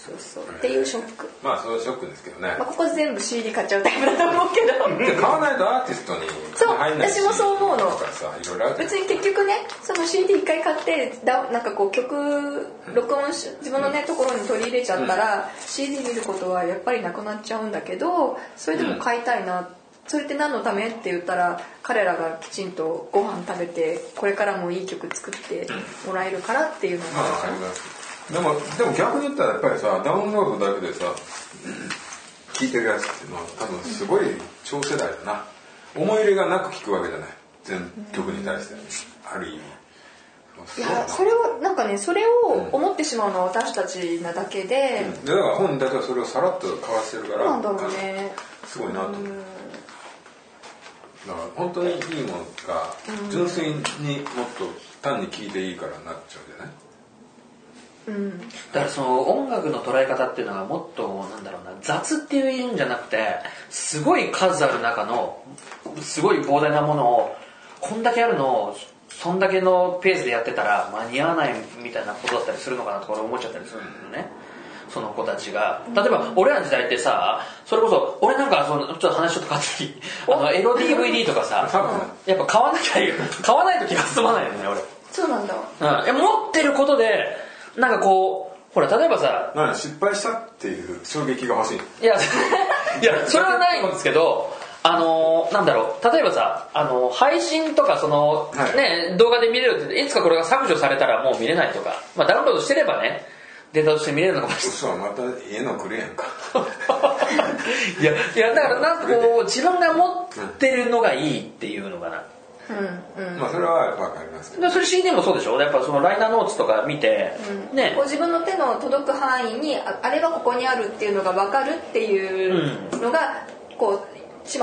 Speaker 3: そうそうっていうショック、
Speaker 2: まあそれはショックですけどね
Speaker 3: まあ、ここ全部 CD 買っちゃうタイプだと思うけど
Speaker 2: <laughs> で買わないとアーティストに
Speaker 3: そう
Speaker 2: 入んないし
Speaker 3: 私もそう思うの
Speaker 2: とかさいろいろあるけど
Speaker 3: 別に結局ねその CD 一回買ってだなんかこう曲録音し自分のねところに取り入れちゃったら、CD 見ることはやっぱりなくなっちゃうんだけどそれでも買いたいな、それって何のためって言ったら彼らがきちんとご飯食べてこれからもいい曲作ってもらえるからっていうの
Speaker 2: まあ
Speaker 3: が、
Speaker 2: わかりますでもでも逆に言ったらやっぱりさダウンロードだけでさ聴いてるやつっていうのは多分すごい超世代だな思い入れがなく聴くわけじゃない全曲に対してある意味
Speaker 3: い
Speaker 2: そうだな
Speaker 3: やそれはなんかねそれを思ってしまうのは私たちなだけで、
Speaker 2: でだから本だけはそれをさらっと交わしてるか
Speaker 3: どう
Speaker 2: ら
Speaker 3: なんだろうね
Speaker 2: すごいなと思うだから本当にいいものが純粋にもっと単に聴いていいからになっちゃうじゃない
Speaker 3: うん
Speaker 4: だからその音楽の捉え方っていうのがもっとなんだろうな雑っていうんじゃなくてすごい数ある中のすごい膨大なものをこんだけあるのをそんだけのペースでやってたら間に合わないみたいなことだったりするのかなとか俺思っちゃったりするんだよねその子たちが例えば俺らの時代ってさそれこそ俺なんかそのちょっと話ちょっと変わっていいあのエロ DVD とかさ
Speaker 2: 多分
Speaker 4: やっぱ買わなきゃいい買わないと気が済まないよね俺
Speaker 3: そうなんだ
Speaker 4: うんえ、持ってることでなんかこうほら例えばさ
Speaker 2: なんか失敗したっていう衝撃が欲しい
Speaker 4: いや <laughs> いやそれはないんですけどあのーなんだろう例えばさ、あのー配信とかその、
Speaker 2: はい
Speaker 4: ね、動画で見れるっていつかこれが削除されたらもう見れないとか、まあ、ダウンロードしてればねデータとして見れるのかもしれない <laughs>
Speaker 2: 嘘はまた家のくれやんか
Speaker 4: いやいやだからなんかこう自分が持ってるのがいいっていうのかな
Speaker 3: うんうん
Speaker 2: まあそれは分かりますけど
Speaker 4: でそれ CD もそうでしょやっぱそのライナーノーツとか見て、ね
Speaker 3: こう自分の手の届く範囲にああれはここにあるっていうのが分かるっていうのが、こう巷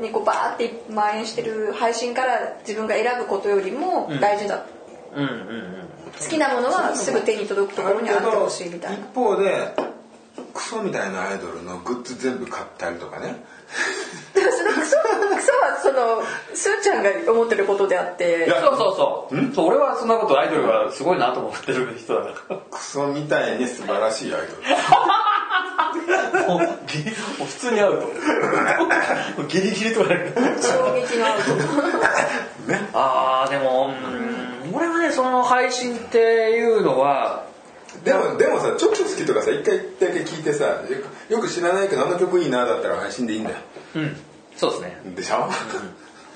Speaker 3: にこうバーって蔓延してる配信から自分が選ぶことよりも大事だ、
Speaker 4: うんうんうん
Speaker 3: 好きなものはすぐ手に届くところにあってほしいみたいな
Speaker 2: 一方でクソみたいなアイドルのグッズ全部買ったりとかね
Speaker 3: でもそのクソクソはそのすーちゃんが思ってることであって
Speaker 4: そうそうそうそう俺はそんなことアイドルがすごいなと思ってる人だから
Speaker 2: クソみたいに素晴らしいアイドル
Speaker 4: もうギリもう普通にアウトギリギリとかだけど
Speaker 3: 衝撃のアウト
Speaker 4: ああでもうん俺はねその配信っていうのは
Speaker 2: でもでもさちょっと好きとかさ一回だけ聞いてさよくよく知らないけどあの曲いいなだったら配信でいいんだよ
Speaker 4: うんそうですね
Speaker 2: でしょ、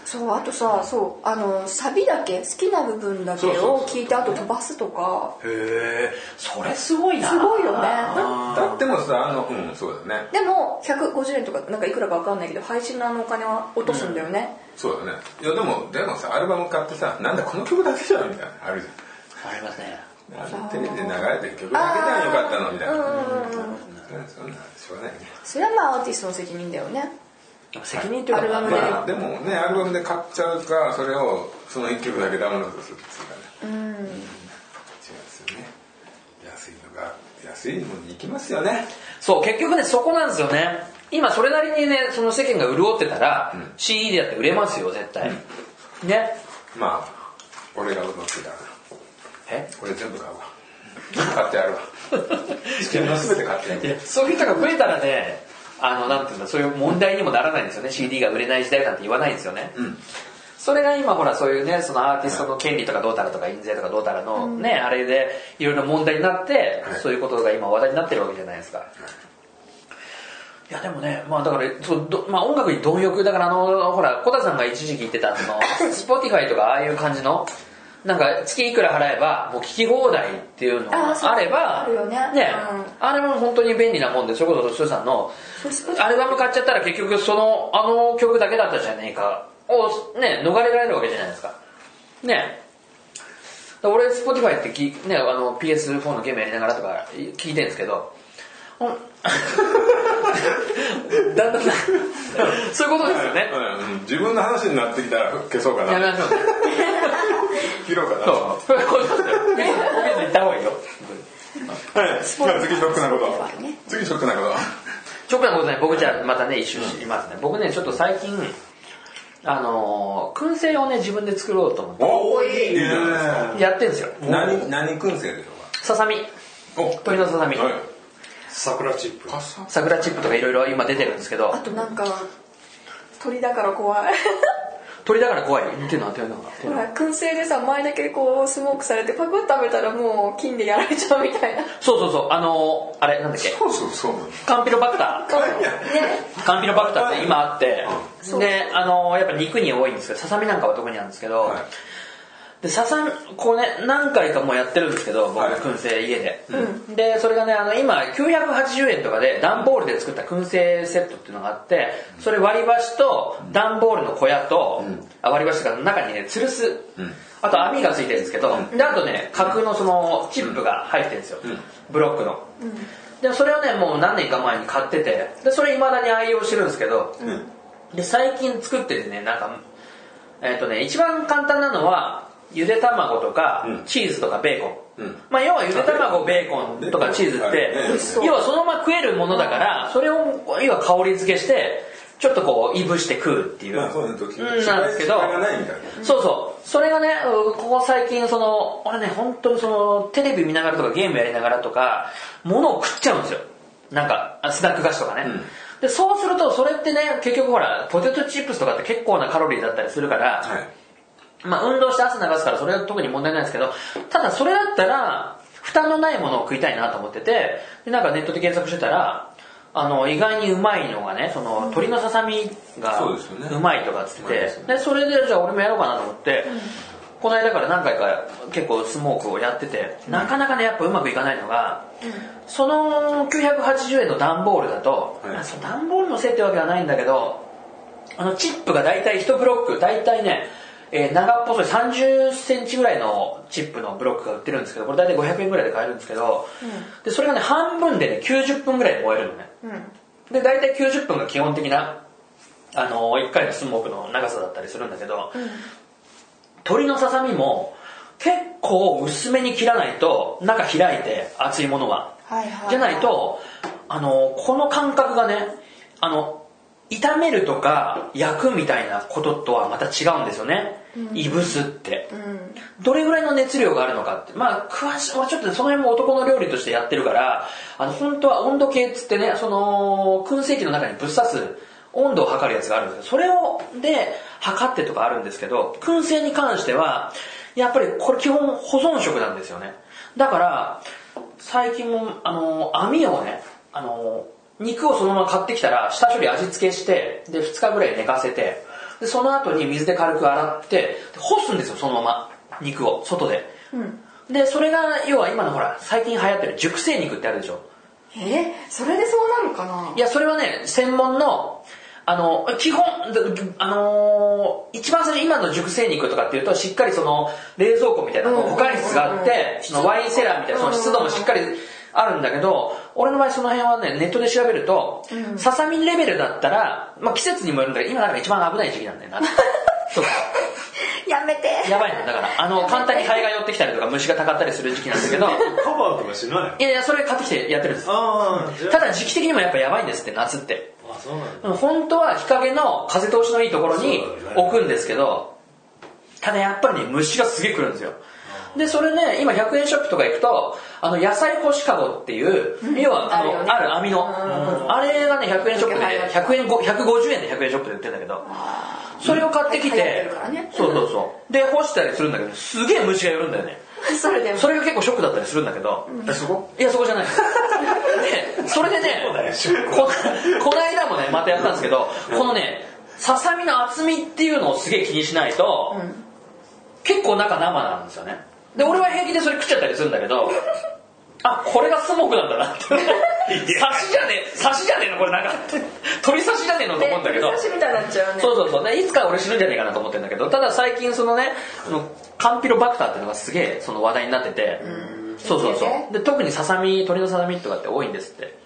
Speaker 3: そうあとさそうあのサビだけ好きな部分だけを聞いてあと飛ばすとか
Speaker 4: へえそれすごいな
Speaker 3: すごいよね
Speaker 2: だってもさあのうんそうだね
Speaker 3: でも150円とかなんかいくらか分かんないけど配信のあのお金は落とすんだよね、
Speaker 2: そうだねいやでもでもさアルバム買ってさなんだこの曲だけじゃんみたいなあるじゃん
Speaker 4: ありますね
Speaker 2: あのテレビで流れてる曲だけじゃんよかったのみたいな
Speaker 3: うんうんうん
Speaker 2: そんなそんなしょうがないね
Speaker 3: それはまあアーティストの責任だよね
Speaker 4: やっぱ責任という
Speaker 3: アル
Speaker 4: か
Speaker 3: バムで
Speaker 4: まあ
Speaker 2: でもねアルバムで買っちゃうかそれをその1曲だけダウンロードするっていうかね
Speaker 3: うん
Speaker 2: 違うんですよね安いのが安いのに行きますよね
Speaker 4: そう結局ねそこなんですよね今それなりにねその世間が潤ってたら、
Speaker 2: ん
Speaker 4: CD でだって売れますよ絶対、ね
Speaker 2: まあ俺がうまくだな
Speaker 4: え
Speaker 2: これ全部買うわ買ってやるわ自分の <laughs> 全て買ってや
Speaker 4: い
Speaker 2: る
Speaker 4: やそういう人が増えたらねあのなんていうんだそういう問題にもならないんですよね CD が売れない時代なんて言わないんですよね、
Speaker 2: うん
Speaker 4: それが今ほらそういうねそのアーティストの権利とかどうたらとか印税とかどうたらの、ねあれでいろいろ問題になって、
Speaker 2: はい
Speaker 4: そういうことが今話題になってるわけじゃないですか、いやでもね、まあだから、そうどまあ、音楽に貪欲、だからあの、ほら、小田さんが一時期言っ
Speaker 3: <laughs>
Speaker 4: てた、その、Spotify とかああいう感じの、なんか月いくら払えば、もう聞き放題っていうの
Speaker 3: あーそう
Speaker 4: があれば、
Speaker 3: あるよねうん
Speaker 4: あれも本当に便利なもんで、それこそスーさんの、アルバム買っちゃったら結局その、あの曲だけだったじゃねえか、を、ね、逃れられるわけじゃないですか。ね。だから俺、Spotify ってき、ね、あの PS4 のゲームやりながらとか聞いてるんですけど、うん <laughs> だんだん、そういうことですよね。
Speaker 2: うん自分の話になってきたら消そうか
Speaker 4: やめ
Speaker 2: な
Speaker 4: ましょうね。
Speaker 2: 切ろうかな
Speaker 4: そう。そういう <laughs> ことですよ。お水行った方がいいよ。
Speaker 2: はいじゃあ次ショックなこと
Speaker 3: そうね
Speaker 2: 次ショックなこと
Speaker 4: ショックなことね、僕じゃあまたね、一周しますね。僕ね、ちょっと最近、あのー、燻製をね、自分で作ろうと思っ
Speaker 2: おいいね
Speaker 4: て、やってんですよ。
Speaker 2: 何何燻製でしょう
Speaker 4: ささみ。
Speaker 2: かお
Speaker 4: 鶏のささみ。
Speaker 2: はい
Speaker 5: 桜チップ
Speaker 2: パサ
Speaker 4: 桜チップとかいろいろ今出てるんですけど
Speaker 3: あ、となんか鳥だから怖 <laughs> い
Speaker 4: 鳥だから怖い。っていうのは鳥だから
Speaker 3: ほ
Speaker 4: 怖い。
Speaker 3: ら燻製でさ前だけこうスモークされてパクッと食べたらもう菌でやられちゃうみたいな
Speaker 4: そうそうそう、あのー、あれ、なんだっけ。
Speaker 2: そうそうそうなの
Speaker 4: カンピロバクター。
Speaker 3: ね
Speaker 4: カンピロバクターって今あって
Speaker 3: そ、う
Speaker 4: で、あのー、やっぱ肉に多いんですけど、ささみなんかは特になんですけど
Speaker 2: はい、
Speaker 4: で、ささみ、こうね、何回かもうやってるんですけど、僕、
Speaker 2: はい
Speaker 4: 燻製家で。で、それがね、あの、今、980円とかで、段ボールで作った燻製セットっていうのがあって、それ割り箸と、段ボールの小屋と、あ割り箸とか中にね、吊るす。あと網がついてるんですけど、で、あとね、架空のその、チップが入ってるんですよ。ブロックの。で、それをね、もう何年か前に買ってて、で、それ未だに愛用してるんですけど、で最近作っててねなんかえっ、とね一番簡単なのはゆで卵とか、
Speaker 2: うん
Speaker 4: チーズとかベーコン、
Speaker 2: うん
Speaker 4: まあ要はゆで卵ベーコンとかチーズっ
Speaker 2: はい
Speaker 4: て
Speaker 2: はい
Speaker 3: そう
Speaker 4: 要はそのまま食えるものだからそれを要は香り付けしてちょっとこういぶして食うっていう、
Speaker 2: まあそうね時々
Speaker 4: うんなんですけど
Speaker 2: 失敗がないみたいな
Speaker 4: そうそうそれがねうんここ最近その俺ね本当にそのテレビ見ながらとかゲームやりながらとか物を食っちゃうんですよなんかあスナック菓子とかね、
Speaker 2: ん
Speaker 4: でそうするとそれってね結局ほらポテトチップスとかって結構なカロリーだったりするから、
Speaker 2: はい
Speaker 4: まあ、運動して汗流すからそれは特に問題ないですけどただそれだったら負担のないものを食いたいなと思っててでなんかネットで検索してたらあの意外にうまいのがねその鶏のささみが
Speaker 2: そうですよね
Speaker 4: うまいとかっつって
Speaker 2: うまいで
Speaker 4: て
Speaker 2: すよ
Speaker 4: でそれでじゃあ俺もやろうかなと思って、この間から何回か結構スモークをやっててなかなかねやっぱうまくいかないのが、その980円の段ボールだと、
Speaker 2: はい
Speaker 4: あその段ボールのせいってわけはないんだけどあのチップが大体1ブロック大体ね、えー長っぽい3 0センチぐらいのチップのブロックが売ってるんですけどこれ大体500円ぐらいで買えるんですけど、でそれがね半分でね90分ぐらいで燃えるのね、で大体90分が基本的なあの1回のスモークの長さだったりするんだけど、鶏のささみも結構薄めに切らないと中開いて熱いものが、
Speaker 3: はいはい
Speaker 4: じゃないとあのこの感覚がねあの炒めるとか焼くみたいなこととはまた違うんですよね、いぶすって、どれぐらいの熱量があるのかってまあ詳しい、まあ、ちょっとその辺も男の料理としてやってるからあの本当は温度計っつってねその燻製器の中にぶっ刺す温度を測るやつがあるんですよそれをで測ってとかあるんですけど燻製に関してはやっぱりこれ基本保存食なんですよねだから最近もあの網をねあの肉をそのまま買ってきたら下処理味付けしてで2日ぐらい寝かせてでその後に水で軽く洗ってで干すんですよそのまま肉を外で、でそれが要は今のほら最近流行ってる熟成肉ってあるでしょ
Speaker 3: えそれでそうなるかない
Speaker 4: やそれはね専門のあの基本であのー一番最初今の熟成肉とかっていうとしっかりその冷蔵庫みたいな
Speaker 3: うん
Speaker 4: 保管室があっ
Speaker 3: うんうんう
Speaker 4: て
Speaker 3: ん
Speaker 4: そのワインセラーみたいなその湿度もしっかりあるんだけど俺の場合その辺はねネットで調べると、ささみレベルだったら、まあ、季節にもよるんだけど今なんか一番危ない時期なん
Speaker 3: <laughs>
Speaker 4: だよなそう
Speaker 3: やめて
Speaker 4: やばいのだからあの簡単にハエが寄ってきたりとか虫がたかったりする時期なんだけど
Speaker 5: カバーとかしない
Speaker 4: いやいやそれ買ってきてやってるんです
Speaker 5: ああじゃ
Speaker 4: ただ時期的にもやっぱやばいんですって夏って
Speaker 5: ああそうなんだ
Speaker 4: 本当は日陰の風通しのいいところに
Speaker 5: そうだよね
Speaker 4: 置くんですけどただやっぱりね虫がすげえ来るんですよでそれね今100円ショップとか行くとあの野菜干しかごっていう要はあ
Speaker 3: あるよ
Speaker 4: の
Speaker 3: ね
Speaker 4: ある網のあれがね100円ショップで
Speaker 3: うん
Speaker 4: 100円ご150円で100円ショップで売ってるんだけどそれを買ってき
Speaker 3: 流行って
Speaker 4: て
Speaker 3: るからね
Speaker 4: そうそうそうで干したりするんだけどすげえ虫が寄るんだよね
Speaker 3: それでも
Speaker 4: それが結構ショックだったりするんだけど
Speaker 5: えそこ
Speaker 4: いやそこじゃ <laughs> ないでそれでね
Speaker 5: そうだよショック
Speaker 4: ここの間もねまたやったんですけどこのねささみの厚みっていうのをすげえ気にしないと、結構中生なんですよねで俺は平気でそれ食っちゃったりするんだけどあこれがスモークなんだなって刺しじゃねえ刺しじゃねえのこれなんか鳥刺しじゃねえのと思うんだけど
Speaker 3: ね久しぶりみたいになっちゃうね
Speaker 4: そうそうそうでいつか俺死ぬんじゃねえかなと思ってるんだけどただ最近そのねあのカンピロバクターっていうのがすげえその話題になっててそうそうそうで特にささみ鳥のささみとかって多いんですって、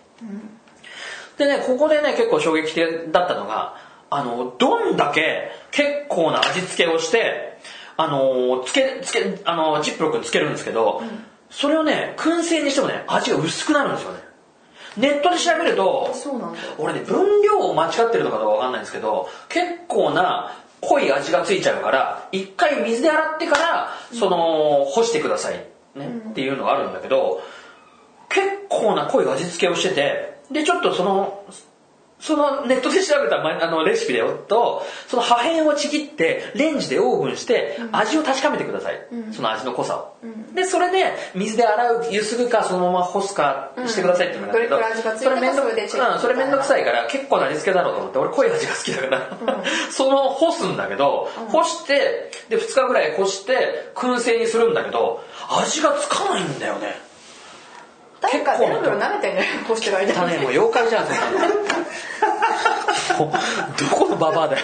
Speaker 4: でねここでね結構衝撃的だったのがあのどんだけ結構な味付けをしてあのつけつけあのジップロックにつけるんですけど、それをね燻製にしてもね味が薄くなるんですよねネットで調べると
Speaker 3: そうなんだ
Speaker 4: 俺ね分量を間違ってるのかどうかわかんないんですけど結構な濃い味がついちゃうから一回水で洗ってからその干してくださいねっていうのがあるんだけど結構な濃い味付けをしててでちょっとそのそのネットで調べたまあのレシピだよとその破片をちぎってレンジでオーブンして味を確かめてください、その味の濃さを、でそれで水で洗うゆすぐかそのまま干すかしてくださいって言うんだけど、
Speaker 3: どれくらい味がついて
Speaker 4: そ
Speaker 3: るか
Speaker 4: れめんど
Speaker 3: そ
Speaker 4: く
Speaker 3: れでチェック
Speaker 4: うんそれめんどくさいから結構な味付けだろうと思って俺濃い味が好きだから、そのまま干すんだけど、干してで2日ぐらい干して燻製にするんだけど味がつかないんだよね
Speaker 3: 誰かベロベロ舐めてんねこうしてる間
Speaker 4: 汚ねもう妖怪じゃんそんなのもう <laughs> どこのババアだよ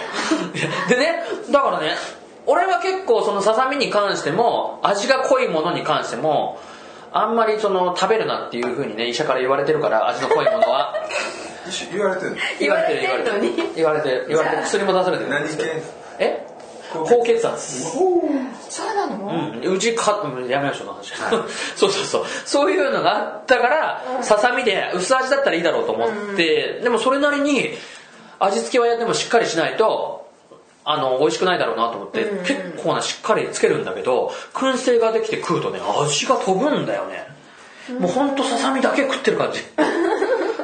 Speaker 4: でねだからね俺は結構そのささみに関しても味が濃いものに関してもあんまりその食べるなっていうふうにね医者から言われてるから味の濃いもの <laughs> は
Speaker 2: 言われてるの
Speaker 4: 言われてる
Speaker 3: 言
Speaker 4: 言
Speaker 3: われ
Speaker 4: わ
Speaker 3: て
Speaker 4: れて
Speaker 3: んの
Speaker 4: る
Speaker 3: に
Speaker 4: 言われてる言われてる薬も出されてるん
Speaker 2: 何
Speaker 4: です
Speaker 2: 系
Speaker 4: けどえ
Speaker 2: 高
Speaker 4: 高血圧
Speaker 3: そうなの
Speaker 4: うんうちかうんやめましょうその話 <laughs> そうそうそうそういうのがあったからささみで薄味だったらいいだろうと思ってでもそれなりに味付けはやってもしっかりしないとあの美味しくないだろうなと思って結構なしっかりつけるんだけど燻製ができて食うとね味が飛ぶんだよねもうほんとささみだけ食ってる感 <laughs> じ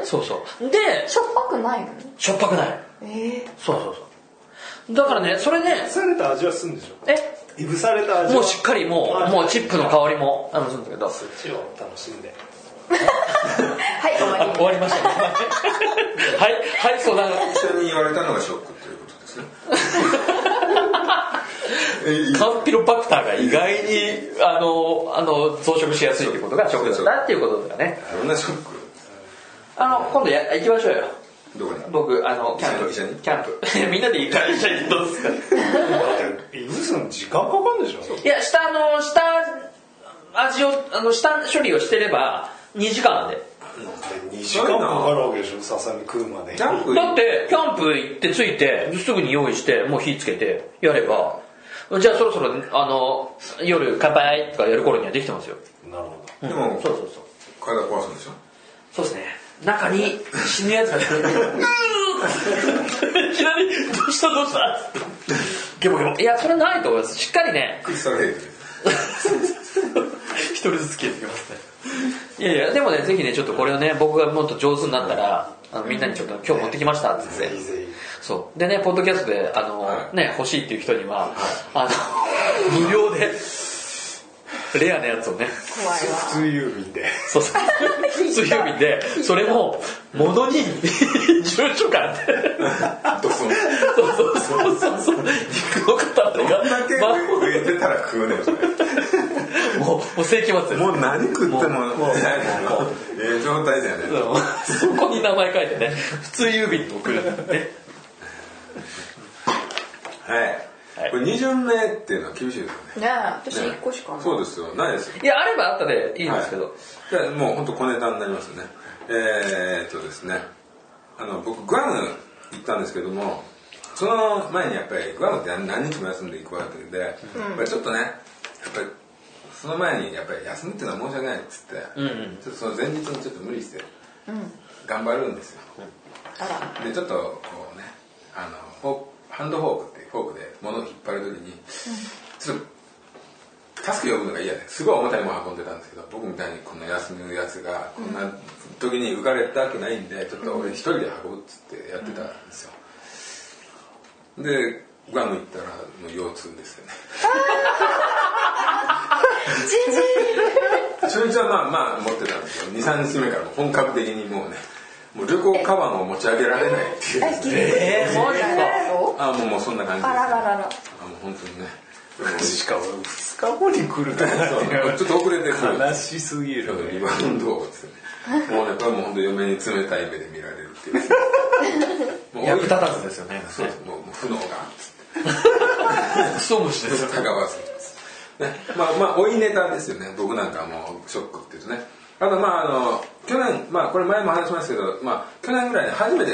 Speaker 4: そうそうで
Speaker 3: しょっぱくないの
Speaker 4: しょっぱくない
Speaker 3: え
Speaker 4: そうそうそうだからねそれね
Speaker 5: いぶされた味はするんでしょ
Speaker 4: え
Speaker 5: いぶされた味
Speaker 4: も
Speaker 5: は
Speaker 4: うしっかりもう、
Speaker 5: あ
Speaker 4: もうチップの香りも、あの、するんだけど。
Speaker 5: そっちを楽しんで
Speaker 3: はい終
Speaker 4: あ
Speaker 3: わ
Speaker 4: 終わりましたね。はい、はい、相談。
Speaker 2: 一緒に言われたのがショックということですね
Speaker 4: カンピロバクターが意外に、あの、あの、増殖しやすいってことがショックだったっていうことだね。
Speaker 2: どんなショック
Speaker 4: あの、今度や、行きましょうよ。
Speaker 2: どこに
Speaker 4: 僕、あの、キャンプ、
Speaker 2: 一緒に
Speaker 4: キャンプ。 <laughs> みんなで行ったら一緒にどう <laughs> ですか
Speaker 5: だっていぶすの時間かかるんでしょ
Speaker 4: いや、下、あの、下、味を、あの、下処理をしてれば、2時間で。
Speaker 5: 2時間かかるわけでしょささみ食うまで
Speaker 2: キャンプ
Speaker 4: だってキャンプ行って着いてすぐに用意してもう火つけてやればじゃあそろそろあの夜乾杯とかやる頃にはできてますよ
Speaker 5: なるほ
Speaker 2: でも
Speaker 4: そうそうそう
Speaker 2: 体壊すんでしょ
Speaker 4: そうですね中に死ぬやつが出てくるいきなり「どうしたどうした?」ゲボゲボいやそれないと思いますしっかりね
Speaker 2: クリスタルヘイトです
Speaker 4: <laughs> 一人ずつ消えてきますねいやいやでもねぜひねちょっとこれをね僕がもっと上手になったらあのみんなにちょっと今日持ってきましたって
Speaker 5: ど
Speaker 4: 言
Speaker 5: ぜ
Speaker 4: って
Speaker 5: ひぜ
Speaker 4: そうでねポッドキャストであの、
Speaker 2: はい
Speaker 4: ね欲しいっていう人には、あ
Speaker 2: <laughs>
Speaker 4: の無料でレアなやつをね
Speaker 3: り怖い
Speaker 5: ひ
Speaker 3: わ
Speaker 5: 普通郵便で
Speaker 4: そうそう
Speaker 2: <laughs>
Speaker 4: 水曜日でそれも物に住所からって
Speaker 2: ドスン
Speaker 4: そうそうそうそうそう肉の片手が
Speaker 2: どんだけ
Speaker 4: まあ
Speaker 2: 増えてたら食うねんそれ
Speaker 4: もうもう世紀末です
Speaker 2: もう何食ってもないもん
Speaker 4: もう
Speaker 2: なええ状態じゃね
Speaker 4: そこに名前書いてね普通郵便と送るんだよね
Speaker 2: はい
Speaker 4: はい
Speaker 2: これ二巡目っていうのは厳しいですよね
Speaker 3: ねえ私
Speaker 2: ね
Speaker 3: 1個しかない
Speaker 2: そうですよないですよ
Speaker 4: いやあればあったでいいんですけど、
Speaker 2: はいじゃあもう本当小ネタになりますねえー、っとですねあの僕グアム行ったんですけどもその前にやっぱりグアムって何何日も休んで行くわけで、やっぱりちょっとねやっぱりその前にやっぱり休むっていうのは申し訳ないっつって、
Speaker 4: うんうん
Speaker 2: ちょっとその前日にちょっと無理して頑張るんですよ、
Speaker 3: あら
Speaker 2: でちょっとこうねあのフォークハンドフォークっていうフォークで物を引っ張る時に、ちょっと助け呼ぶのが嫌ですごい重たいもの運んでたんですけど僕みたいにこんな休みのやつがこんな時に浮かれたくないんでちょっと俺一人で運ぶっつってやってたんですよ、でガム行ったらもう腰痛ですよね初日はまあまあ持ってたんですけど23日目からもう本格的にもうねもう旅行カバンを持ち上げられないっていうですね
Speaker 4: えー、マジか
Speaker 3: そう
Speaker 2: あもうもうそんな感じです、
Speaker 3: あらららら
Speaker 2: あもう本当にね
Speaker 5: しかも2日後に来るとかっていうのは
Speaker 2: ちょっと遅れてくる
Speaker 5: 悲しすぎ
Speaker 2: ちょっと
Speaker 5: る
Speaker 2: リバウンドをですねもうねこれもう本当嫁に冷たい目で見られるって
Speaker 4: <laughs>
Speaker 2: いうもう
Speaker 4: 役立たずですよね
Speaker 2: そうですもうもう不能が
Speaker 4: <laughs> クソ虫です
Speaker 2: 高橋さんですね、まあまあ追いネタですよね僕なんかはもうショックっていうとねあとまああの去年まあこれ前も話しましたけど、まあ、去年ぐらいに初めて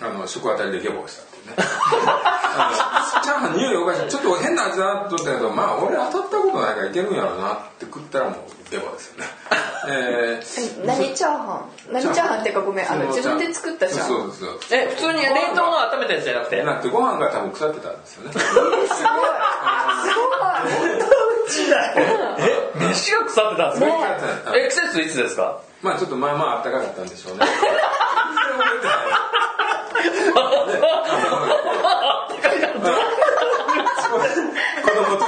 Speaker 2: あの食あたりで下坊したっていうねあのチャーハン匂いがおかしいちょっと変な味だなと思ったけどまあ俺当たったことないからいけるんやろうなって食ったらもう下坊ですよねえー
Speaker 3: 何チャーハン何チャーハンっていうかごめんあの自分で作ったじゃん
Speaker 2: そうそうそう
Speaker 4: え普通に冷凍の温めたやつじゃなくて
Speaker 2: なくてご飯が多分腐ってたんですよね
Speaker 3: すごいすごい
Speaker 4: え飯が腐ってたんです
Speaker 3: ね
Speaker 4: か
Speaker 2: あ
Speaker 4: え季節いつですか
Speaker 2: まあちょっとまあまああったかかったんでしょうね子供と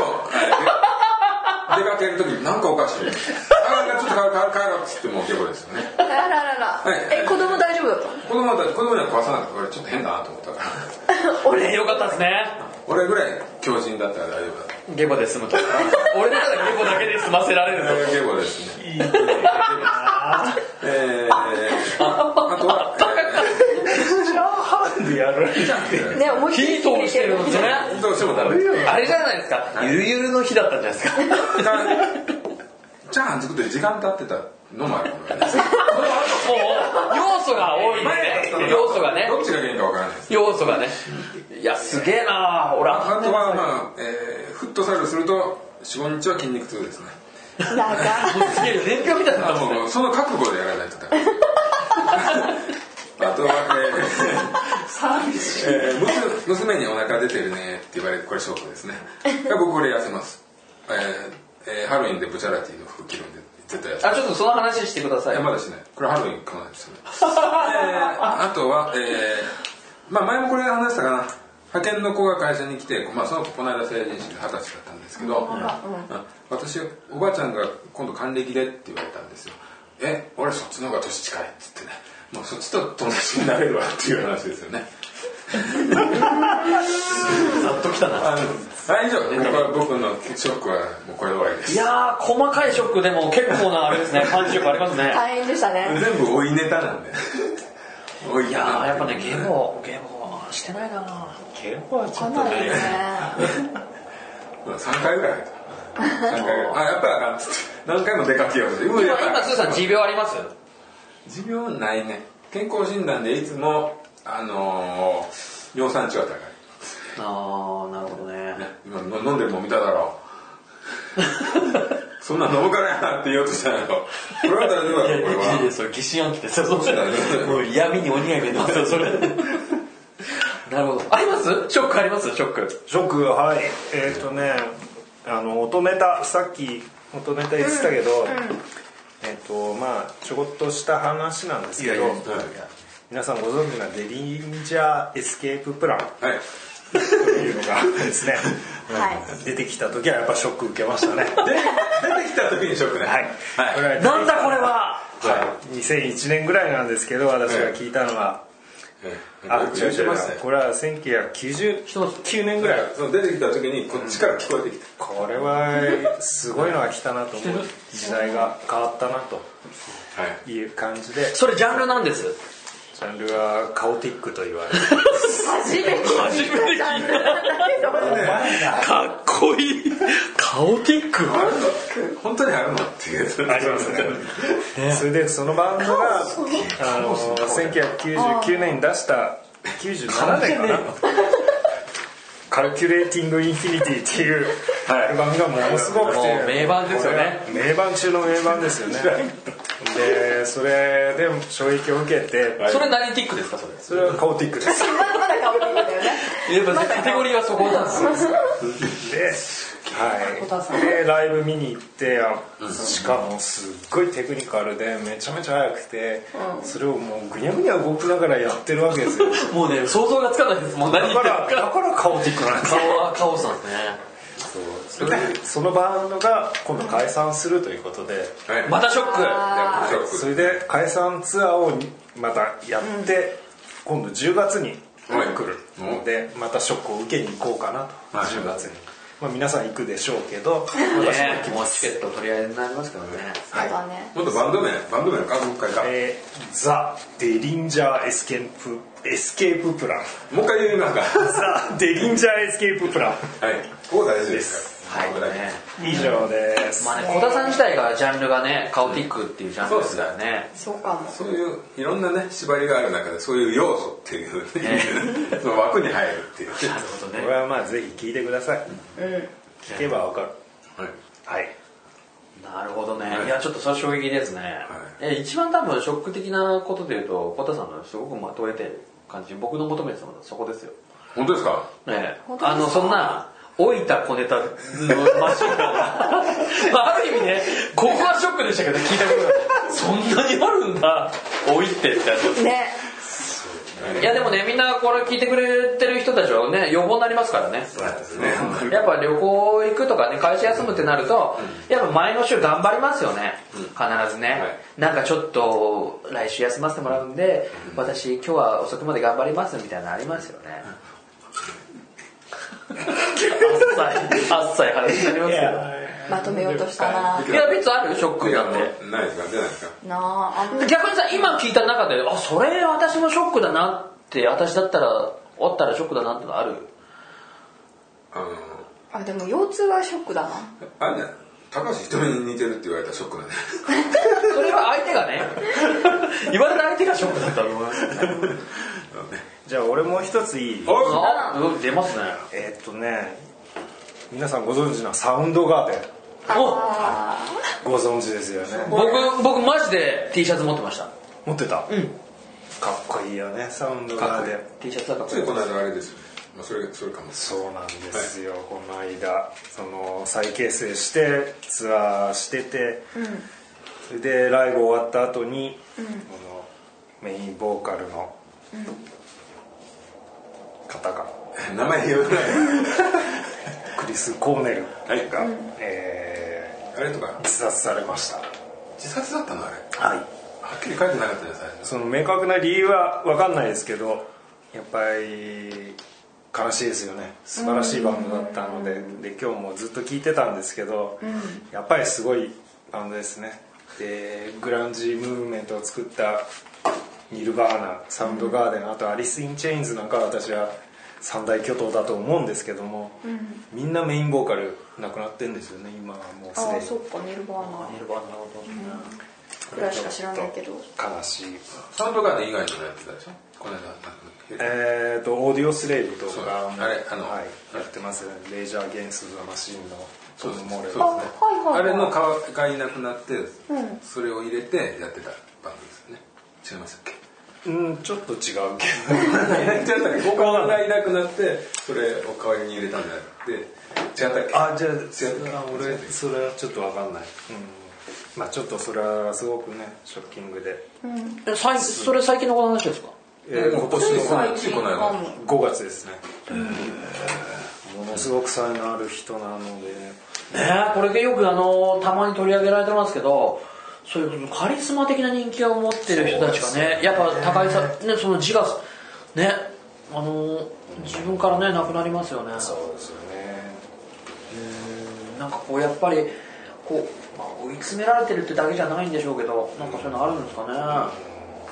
Speaker 2: あれ出かける時になんかおかしいあなんかちょっと帰ろう帰ろう帰ろうっつってもう結構ですよね
Speaker 3: あららら
Speaker 2: はい
Speaker 3: らえ子供大丈夫だっ
Speaker 2: 子供た子供には壊さなかったからちょっと変だなと思った <laughs> から
Speaker 3: た
Speaker 4: え
Speaker 3: 俺
Speaker 4: よかったですね
Speaker 2: 俺ぐらい強靭だったら大丈夫だった
Speaker 4: ゲボで済むと <laughs> 俺だからゲボだけで済ませられるぞ
Speaker 2: ゲボですね。えー、あとは、
Speaker 5: チャーハンでやられる
Speaker 2: え
Speaker 3: ね思いっき
Speaker 4: <laughs> 火
Speaker 3: り
Speaker 4: 通してるんですね
Speaker 2: ー、どうしてもダメ。チ
Speaker 4: あれじゃないですかゆるゆるの日だったんじゃないですか
Speaker 2: ャーハン作って時間経ってたのもあるかもね。
Speaker 4: もう要素が多いんで <laughs> ね <laughs> 要素がね
Speaker 2: どっちが原因かわからないです。
Speaker 4: 要素がねいやすげえな俺
Speaker 2: あとは、まあ、えー、フットサルすると、4、5日は筋肉痛ですね。
Speaker 3: なんか
Speaker 4: すげえ年表みたいにな
Speaker 2: あ
Speaker 4: ってますね
Speaker 2: もう、その覚悟でやらないとダメ。 <laughs> あとは、えー、えー娘娘にお腹出てるねって言われてこれ証拠ですね僕これ痩せます、えーえーハロウィンでブチャラティの服着るんで絶対痩せま
Speaker 4: あちょっとその話してくだ
Speaker 2: す
Speaker 4: さい
Speaker 2: いやまだしないこれハロウィンかもないですよね、 <laughs> えーあとは、えーまあ、前もこれ話したかな派遣の子が会社に来て、まあ、その子この間成人式で二十歳だったんですけど、うん私おばあちゃんが今度還暦でって言われたんですよえ俺そっちの方が年近いっつってねもうそっちと友達になれるわっていう話ですよ
Speaker 4: <laughs>
Speaker 2: ね
Speaker 4: ざっときたな
Speaker 2: あの大丈夫僕は僕のショックはもうこれで終わりで
Speaker 4: い
Speaker 2: す
Speaker 4: やー細かいショックでも結構なあれですねパンチ力ありますね
Speaker 3: 大変でしたね
Speaker 2: 全部追いネタなんで追い
Speaker 4: い
Speaker 2: ネタ
Speaker 4: やーやっぱねゲボゲボしてないかな
Speaker 5: ケンはちょ
Speaker 3: か
Speaker 5: っと
Speaker 3: なりね
Speaker 2: 3回ぐらい入った3回ぐらいあやっぱりあかんっつって何回も出かけようって今
Speaker 4: 今今スーさん持病あります
Speaker 2: 持病ないね健康診断でいつもあのー、尿酸値は高い
Speaker 4: ああなるほどね
Speaker 2: ね今の飲んでるもん見ただろうそんなん飲むからやって言おうとしたんやろこれは大丈夫だろこれ
Speaker 4: いや
Speaker 2: は
Speaker 4: それ疑心暗鬼ですよそれ
Speaker 2: そうだね
Speaker 4: もう闇に鬼が見えてますよそれなるほど <laughs> ありますショックありますショック
Speaker 5: ショックはいえっ、とねあの音ネタさっき音ネタ言ってたけど、えっ、とまあちょこっとした話なんですけど皆さんご存知なデリンジャーエスケーププラン
Speaker 2: はい
Speaker 5: というの
Speaker 2: <laughs>
Speaker 5: がですね、
Speaker 3: は
Speaker 5: 出てきた時はやっぱショック受けました
Speaker 2: <laughs>
Speaker 5: ね
Speaker 2: で出てきた時にショックね
Speaker 5: はい、これは
Speaker 4: なんだこれは
Speaker 5: はい、2001年ぐらいなんですけど私が聞いたのは、あ
Speaker 2: あ、
Speaker 5: 違う
Speaker 2: 違
Speaker 5: 違
Speaker 2: う
Speaker 5: う
Speaker 2: ましたよ
Speaker 5: これは1999年ぐらい
Speaker 2: その出てきた時にこっちから聞こえてきた、
Speaker 5: これはすごいのが来たなと思う時代が変わったなと
Speaker 2: はい
Speaker 5: いう感じで
Speaker 4: それジャンルなんです
Speaker 5: ジャンルはカオティックと言われる
Speaker 3: 初めて聞いたジャンルなんだけど
Speaker 4: <laughs> かっこいい顔テック
Speaker 2: 本当にあるのっていう
Speaker 5: ありますね <laughs> それでそのバンドがあの1999年に出した97年かな「カルキュレーティング・インフィニティ」っていう
Speaker 2: はい
Speaker 5: 番がものすごく
Speaker 4: も
Speaker 5: て
Speaker 4: う名盤ですよね
Speaker 5: これは名盤中の名盤です
Speaker 4: <laughs>
Speaker 5: よねでそれで衝撃を受けて
Speaker 4: それ何ティックですかそれ
Speaker 5: それはカオティックです
Speaker 3: まだまだ顔見えだよね
Speaker 4: やっぱカテゴリーはそこなんですよ
Speaker 5: で、はい、でライブ見に行ってあしかもすっごいテクニカルでめちゃめちゃ速くて、それをもうぐにゃぐにゃ動きながらやってるわけですよ
Speaker 4: もうね想像がつかないですもう何言
Speaker 5: だか
Speaker 4: ってる
Speaker 5: <laughs> らだ
Speaker 4: か
Speaker 5: からカオティックなんです
Speaker 4: 顔は顔さんですね
Speaker 5: それでそのバンドが今度解散するということで、
Speaker 2: はい
Speaker 4: またショック
Speaker 2: ショック
Speaker 5: それで解散ツアーをまたやって、今度10月に来るので、またショックを受けに行こうかなと、
Speaker 2: はい
Speaker 5: 10月に、まあ、皆さん行くでしょうけど私も行
Speaker 4: ね
Speaker 5: き
Speaker 4: も
Speaker 5: ま
Speaker 4: う
Speaker 5: す、
Speaker 4: チケット取り合いになりますからね
Speaker 3: そうだね
Speaker 2: もっとバンド名バンド名の数もう一回か
Speaker 5: えーザ・デリンジャーエスケープエスケーププラン
Speaker 2: もう一回言いますか <laughs>
Speaker 5: ザ・デリンジャーエスケーププラン
Speaker 2: はいここ大事ですか
Speaker 4: は
Speaker 2: ら
Speaker 4: いね
Speaker 5: 以上です、
Speaker 4: まあね小田さん自体がジャンルがねカオティックっていうジャンルですからね
Speaker 3: そうかも
Speaker 2: そういういろんなね縛りがある中でそういう要素っていうね <laughs> その枠に入るっていう
Speaker 4: なるほど
Speaker 5: これはまあぜひ聞いてください、聞けばわかる
Speaker 2: はい
Speaker 5: はい
Speaker 4: なるほどね、い、やちょっとそれは衝撃ですね、
Speaker 2: は
Speaker 4: え一番多分ショック的なことでいうと小田さんのすごくまとえてる感じ僕の求めてたものはそこですよ
Speaker 2: 本当ですか
Speaker 4: ねえ
Speaker 3: 本当ですか
Speaker 4: あのそんな老いた小ネタのマ <laughs> シンが、まあ、ある意味ねここはショックでしたけど聞いたことがそんなにあるんだ老いってって
Speaker 3: ね
Speaker 4: いやでもねみんなこれ聞いてくれてる人たちはね予防になりますからね
Speaker 2: そうですね
Speaker 4: やっぱ旅行行くとかね会社休むってなると、やっぱ前の週頑張りますよね、必ずね、
Speaker 2: い
Speaker 4: なんかちょっと来週休ませてもらうんで、私今日は遅くまで頑張りますみたいなのありますよね、
Speaker 2: <laughs>
Speaker 4: あっさりあっさり話になりますけ
Speaker 3: まとめようとしたな
Speaker 4: どいや別あるショック
Speaker 2: い
Speaker 4: に
Speaker 2: や
Speaker 4: なっ
Speaker 2: も
Speaker 4: て
Speaker 2: うないですか出ないですか
Speaker 3: なああん
Speaker 4: 逆にさ今聞いた中であそれ私もショックだなって私だったらおったらショックだなってのある
Speaker 2: あの
Speaker 3: あでも腰痛はショックだな
Speaker 2: あれね高橋ひとみに似てるって言われたらショックなんで
Speaker 4: それは相手がね <laughs> 言われた相手がショックだったと思います
Speaker 5: じゃあ俺もう一ついい
Speaker 2: おい
Speaker 4: あうん出ますね
Speaker 5: えーっとね皆さんご存知のサウンドガーデン
Speaker 4: お
Speaker 3: あ
Speaker 5: ご存知ですよね
Speaker 4: 僕僕マジで T シャツ持ってました
Speaker 5: 持ってた、
Speaker 4: ん
Speaker 5: かっこいいよねサウンドガーデン
Speaker 4: T シャツだかっこ
Speaker 2: つ
Speaker 4: い
Speaker 2: い
Speaker 4: い
Speaker 2: この間あれですよねまあそれそれかも
Speaker 5: そうなんですよ、この間その再結成してツアーしてて、それでライブ終わった後に、このメインボーカルの方が
Speaker 2: 名前言わない
Speaker 5: クリス・コーネル
Speaker 2: はい
Speaker 5: が、え
Speaker 2: <laughs> あれとか
Speaker 5: ー自殺されました
Speaker 2: 自殺だったのあれは
Speaker 5: はい
Speaker 2: っきり書いてなかったじゃないです
Speaker 5: その明確な理由は分かんないですけどやっぱり悲しいですよね素晴らしいバンドだったのでで今日もずっと聴いてたんですけど、やっぱりすごいバンドですねでグランジムーブメントを作ったニルバーナサウンドガーデン、あとアリス・イン・チェインズなんかは私は三大巨頭だと思うんですけども、みんなメインボーカルなくなってんですよね今はもうす
Speaker 3: ああ
Speaker 5: で
Speaker 3: あ
Speaker 5: に
Speaker 3: そっかニルバーナ
Speaker 4: ニルバーナのことですね
Speaker 3: くらいしか知らないけど
Speaker 5: 悲しい
Speaker 2: サウンドガーデン以外にもやってたでしょこの間なんか
Speaker 5: えー、とオーディオスレイブと
Speaker 2: そう
Speaker 5: かも
Speaker 2: あれあの
Speaker 5: はい
Speaker 2: うん
Speaker 5: やってますねレイジャー・ゲンス・ザ・マシンのトム・モレ
Speaker 2: そう
Speaker 3: あ
Speaker 2: で
Speaker 5: ル
Speaker 2: すね
Speaker 3: はい
Speaker 2: あ
Speaker 3: はい
Speaker 2: れの
Speaker 3: はい
Speaker 2: 顔がいなくなって、
Speaker 3: ん
Speaker 2: それを入れてやってたバンドですよね違いま
Speaker 4: <laughs>
Speaker 2: したっけ
Speaker 5: うんちょっと違うけど
Speaker 2: 違ったっけ僕がいなくなってそれを代わりに入れたんじゃなくて違ったっけ
Speaker 5: <laughs> あじゃあ
Speaker 2: あ
Speaker 5: 俺
Speaker 2: 俺
Speaker 5: それはちょっと分かんない、うん、まあちょっとそれはすごくねショッキングで、
Speaker 4: えさいそれ最近のこの話ですか
Speaker 5: えー今年
Speaker 2: の
Speaker 3: 最
Speaker 2: つい
Speaker 3: 近
Speaker 2: この
Speaker 3: か
Speaker 2: 間
Speaker 3: も
Speaker 5: 5月ですね、ものすごく才能ある人なので
Speaker 4: ねえこれでよくあのたまに取り上げられてますけどそういうカリスマ的な人気を持ってる人たちがねやっぱ高井さん、ね、その自我ねあのー自分からねなくなりますよね
Speaker 5: そうですよね
Speaker 4: なんかこうやっぱりこう、まあ、追い詰められてるってだけじゃないんでしょうけどなんかそういうのあるんですかね、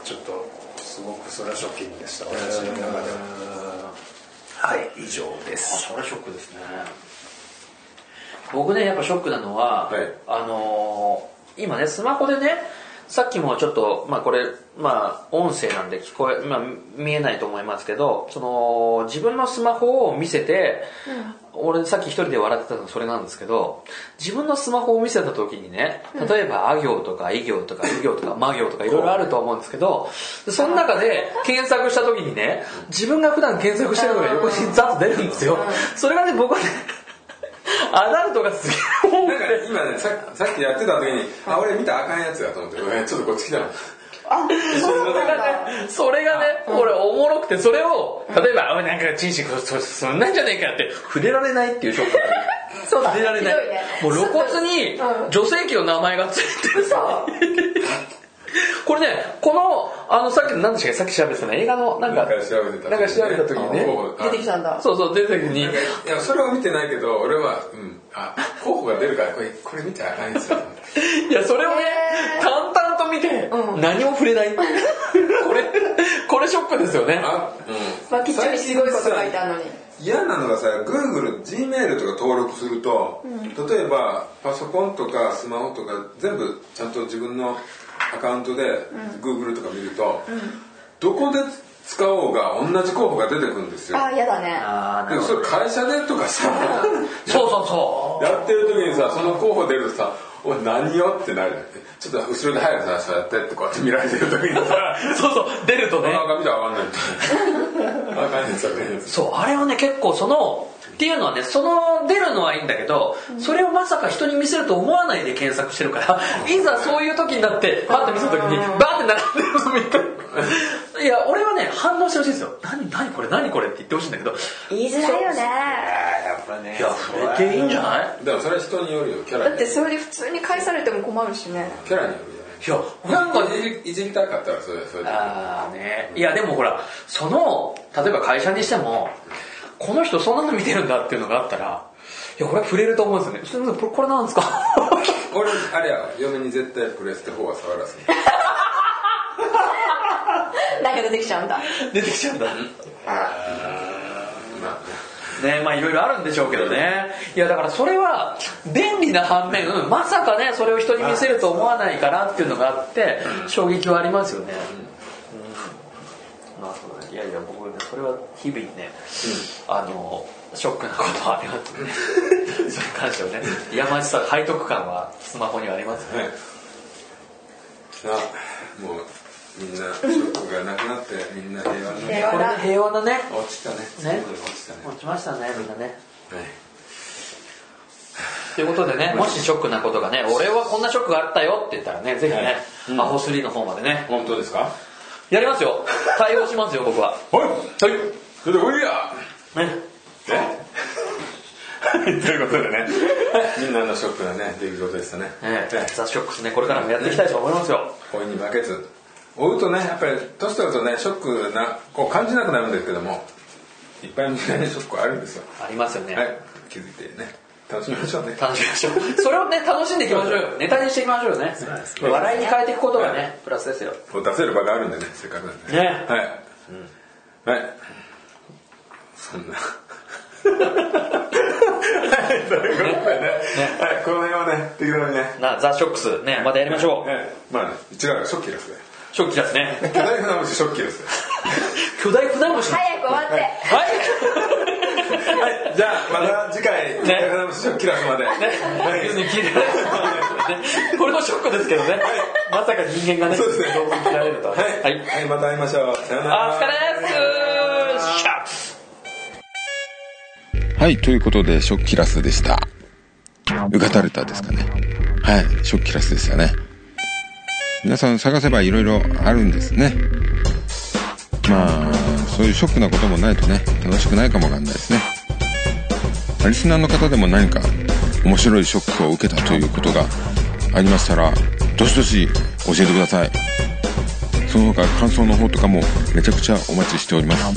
Speaker 5: ちょっとすごくそれはショッキングでした私の中では
Speaker 4: はい以上です
Speaker 6: それショックですね
Speaker 4: 僕ねやっぱショックなのは、
Speaker 2: はい
Speaker 4: あのー今ねスマホでねさっきもちょっと、まあ、これ、まあ、音声なんで聞こえ、まあ、見えないと思いますけどその自分のスマホを見せて、俺さっき一人で笑ってたのそれなんですけど自分のスマホを見せた時にね例えば「あ行」とか「い行」とか「う行」とか「ま行」とかいろいろあると思うんですけどその中で検索した時にね自分が普段検索してるのが横にザッと出るんですよそれがね僕はねアダルトがすげえ多
Speaker 2: なん
Speaker 4: く
Speaker 2: か
Speaker 4: て
Speaker 2: 今ねささっきやってた時にあ俺見たらあかんやつだと思ってごめんちょっとこっち来たの
Speaker 3: あそうなんだ
Speaker 4: それがね俺おもろくてそれを例えば「おいなんかチンシンそそそんなんじゃねえか」って触れられないっていうショックそう触れられない
Speaker 3: ひどいね
Speaker 4: もう露骨に
Speaker 3: うん
Speaker 4: 女性器の名前がついてる
Speaker 3: 嘘
Speaker 4: <laughs> これねこのあのさっきの何でしたっけさっき調べてたの映画のなん
Speaker 2: な
Speaker 4: か
Speaker 2: んか調べてた
Speaker 4: なんか調べた時にね
Speaker 3: 出てきたんだ
Speaker 4: そうそう出てきに
Speaker 2: なんかいやそれは見てないけど俺はうんあ候補が出るからこれこれ見たらあかんやつだと思って
Speaker 4: いやそれをね
Speaker 3: へー
Speaker 4: 淡々と見て何も触れない
Speaker 3: <laughs>
Speaker 4: これこれショックですよね
Speaker 2: あ
Speaker 3: まあきっちりすごいこと書いてあるのに
Speaker 2: 嫌なのがさ Google、Gmail とか登録すると、例えばパソコンとかスマホとか全部ちゃんと自分のアカウントで Google とか見ると、どこで使おうが同じ候補が出てくるんですよ。
Speaker 3: あ嫌だね
Speaker 4: あーな
Speaker 2: で
Speaker 4: る
Speaker 2: も
Speaker 4: ほ
Speaker 2: そ
Speaker 4: ど
Speaker 2: れ会社でとかさ
Speaker 4: そうそうそう
Speaker 2: やってる時にさその候補出るとさ「おい何よ?」ってなるちょっと後ろで早くさそうやってってこうやって見られてる時
Speaker 4: <laughs>
Speaker 2: にさ
Speaker 4: そうそう出るとね
Speaker 2: なんか見たらわかんないみたいなわかんないやつわかんないやつ
Speaker 4: そうあれはね結構そのっていうのはねその出るのはいいんだけどそれをまさか人に見せると思わないで検索してるからいざそういう時になってバッて見せた時にバーって並んでるの見ていや俺はね反応してほしいんですよ何何これ何これって言ってほしいんだけど
Speaker 3: 言いづらいよね
Speaker 6: やっぱね
Speaker 4: いやそれでいいんじゃない
Speaker 2: でもそれは人によるよキャラ
Speaker 3: だっ
Speaker 2: に
Speaker 3: てそれで普通に返されても困るしね
Speaker 2: キャラによるよね
Speaker 4: い
Speaker 2: な
Speaker 4: やなんん
Speaker 2: か
Speaker 4: か
Speaker 2: いじりいじりたかったらそれそれで
Speaker 4: ああねいやでもほらその例えば会社にしてもこの人そんなの見てるんだっていうのがあったらいやこれ触れると思うんですよねすいませんこれこれなんですか
Speaker 2: 俺あれや嫁に絶対プレステ4は触らせない
Speaker 3: だけどできちゃうんだ
Speaker 4: 出てきちゃうんだ
Speaker 2: ま
Speaker 4: ねまあいろいろあるんでしょうけどねいやだからそれは便利な反面まさかねそれを人に見せると思わないからっていうのがあって衝撃はありますよねうんまあそうだねいやいや僕ねそれは日々ねあのショックなことはありますねそれに関してはね山内さん背徳感はスマホにはあります
Speaker 2: あ
Speaker 4: ね
Speaker 2: ねあもうみんなショックがなくなってみんな平和に
Speaker 3: 平和
Speaker 4: これで
Speaker 3: だ
Speaker 4: 平和なね
Speaker 2: 落ちたね
Speaker 4: ね
Speaker 2: 落ちたね
Speaker 4: 落ちましたねみんなね
Speaker 2: はい
Speaker 4: ということでね、もしショックなことがね、俺はこんなショックがあったよって言ったらね、ぜひね、アホ3の方までね、
Speaker 2: 本当ですか
Speaker 4: やりますよ。対応しますよ、僕は。
Speaker 2: はいはいそれでおいや
Speaker 4: ね。
Speaker 2: ねということでね <laughs> みんなのショックなね出来事でしたね
Speaker 4: ええ
Speaker 2: ね
Speaker 4: ザ・ショックスね、これからもやっていきたいと思いますよ。
Speaker 2: 老いに負けず追うとねやっぱり年取るとねショックなこう感じなくなるんですけどもいっぱいみんなにショックはあるんですよ
Speaker 4: ありますよね。
Speaker 2: はい気づいてね楽しみましょうね
Speaker 4: 楽しみましょう。それをね、楽しんでいきましょうよ。ネタにしていきましょうよね。笑いに変えていくことがね、プラスですよ。
Speaker 2: こう出せる場があるんでねせっかくなんで
Speaker 4: ね
Speaker 2: はい、はいそんなはいということでねはいこの辺はね適当にね
Speaker 4: な、ザ・ショックス、ね、またやりましょう。
Speaker 2: ねまあね違うショッキーですね
Speaker 4: ショッキーですね。 <laughs>
Speaker 2: 巨大船虫ショッキーですね
Speaker 4: 巨大船虫。はい。
Speaker 3: <laughs> 早く終わって
Speaker 2: はいじゃあまた次回巨大船虫ショッキーですまで、
Speaker 4: ね、ゆずに聞いてないねこれもショックですけどね。まさか人間がね、
Speaker 2: そうですね
Speaker 4: 動物に切られるとは。
Speaker 2: は、
Speaker 4: はいい。
Speaker 2: はい、また会いましょうさようなら
Speaker 4: お疲れっすシャープ
Speaker 1: はい、ということで、ショッキラスでした。うがたれたですかね。はい、ショッキラスでしたね。皆さん探せば色々あるんですね。まあ、そういうショックなこともないとね、楽しくないかもわかんないですね。リスナーの方でも何か面白いショックを受けたということがありましたら、どしどし教えてください。その他感想の方とかもめちゃくちゃお待ちしております。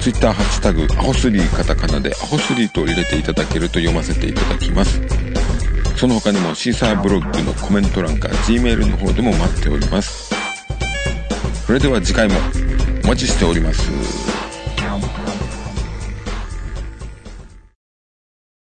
Speaker 1: ツイッターハッシュタグ、アホスリーカタカナでアホスリーと入れていただけると読ませていただきます。その他にもシーサーブログのコメント欄か Gmail の方でも待っております。それでは次回もお待ちしております。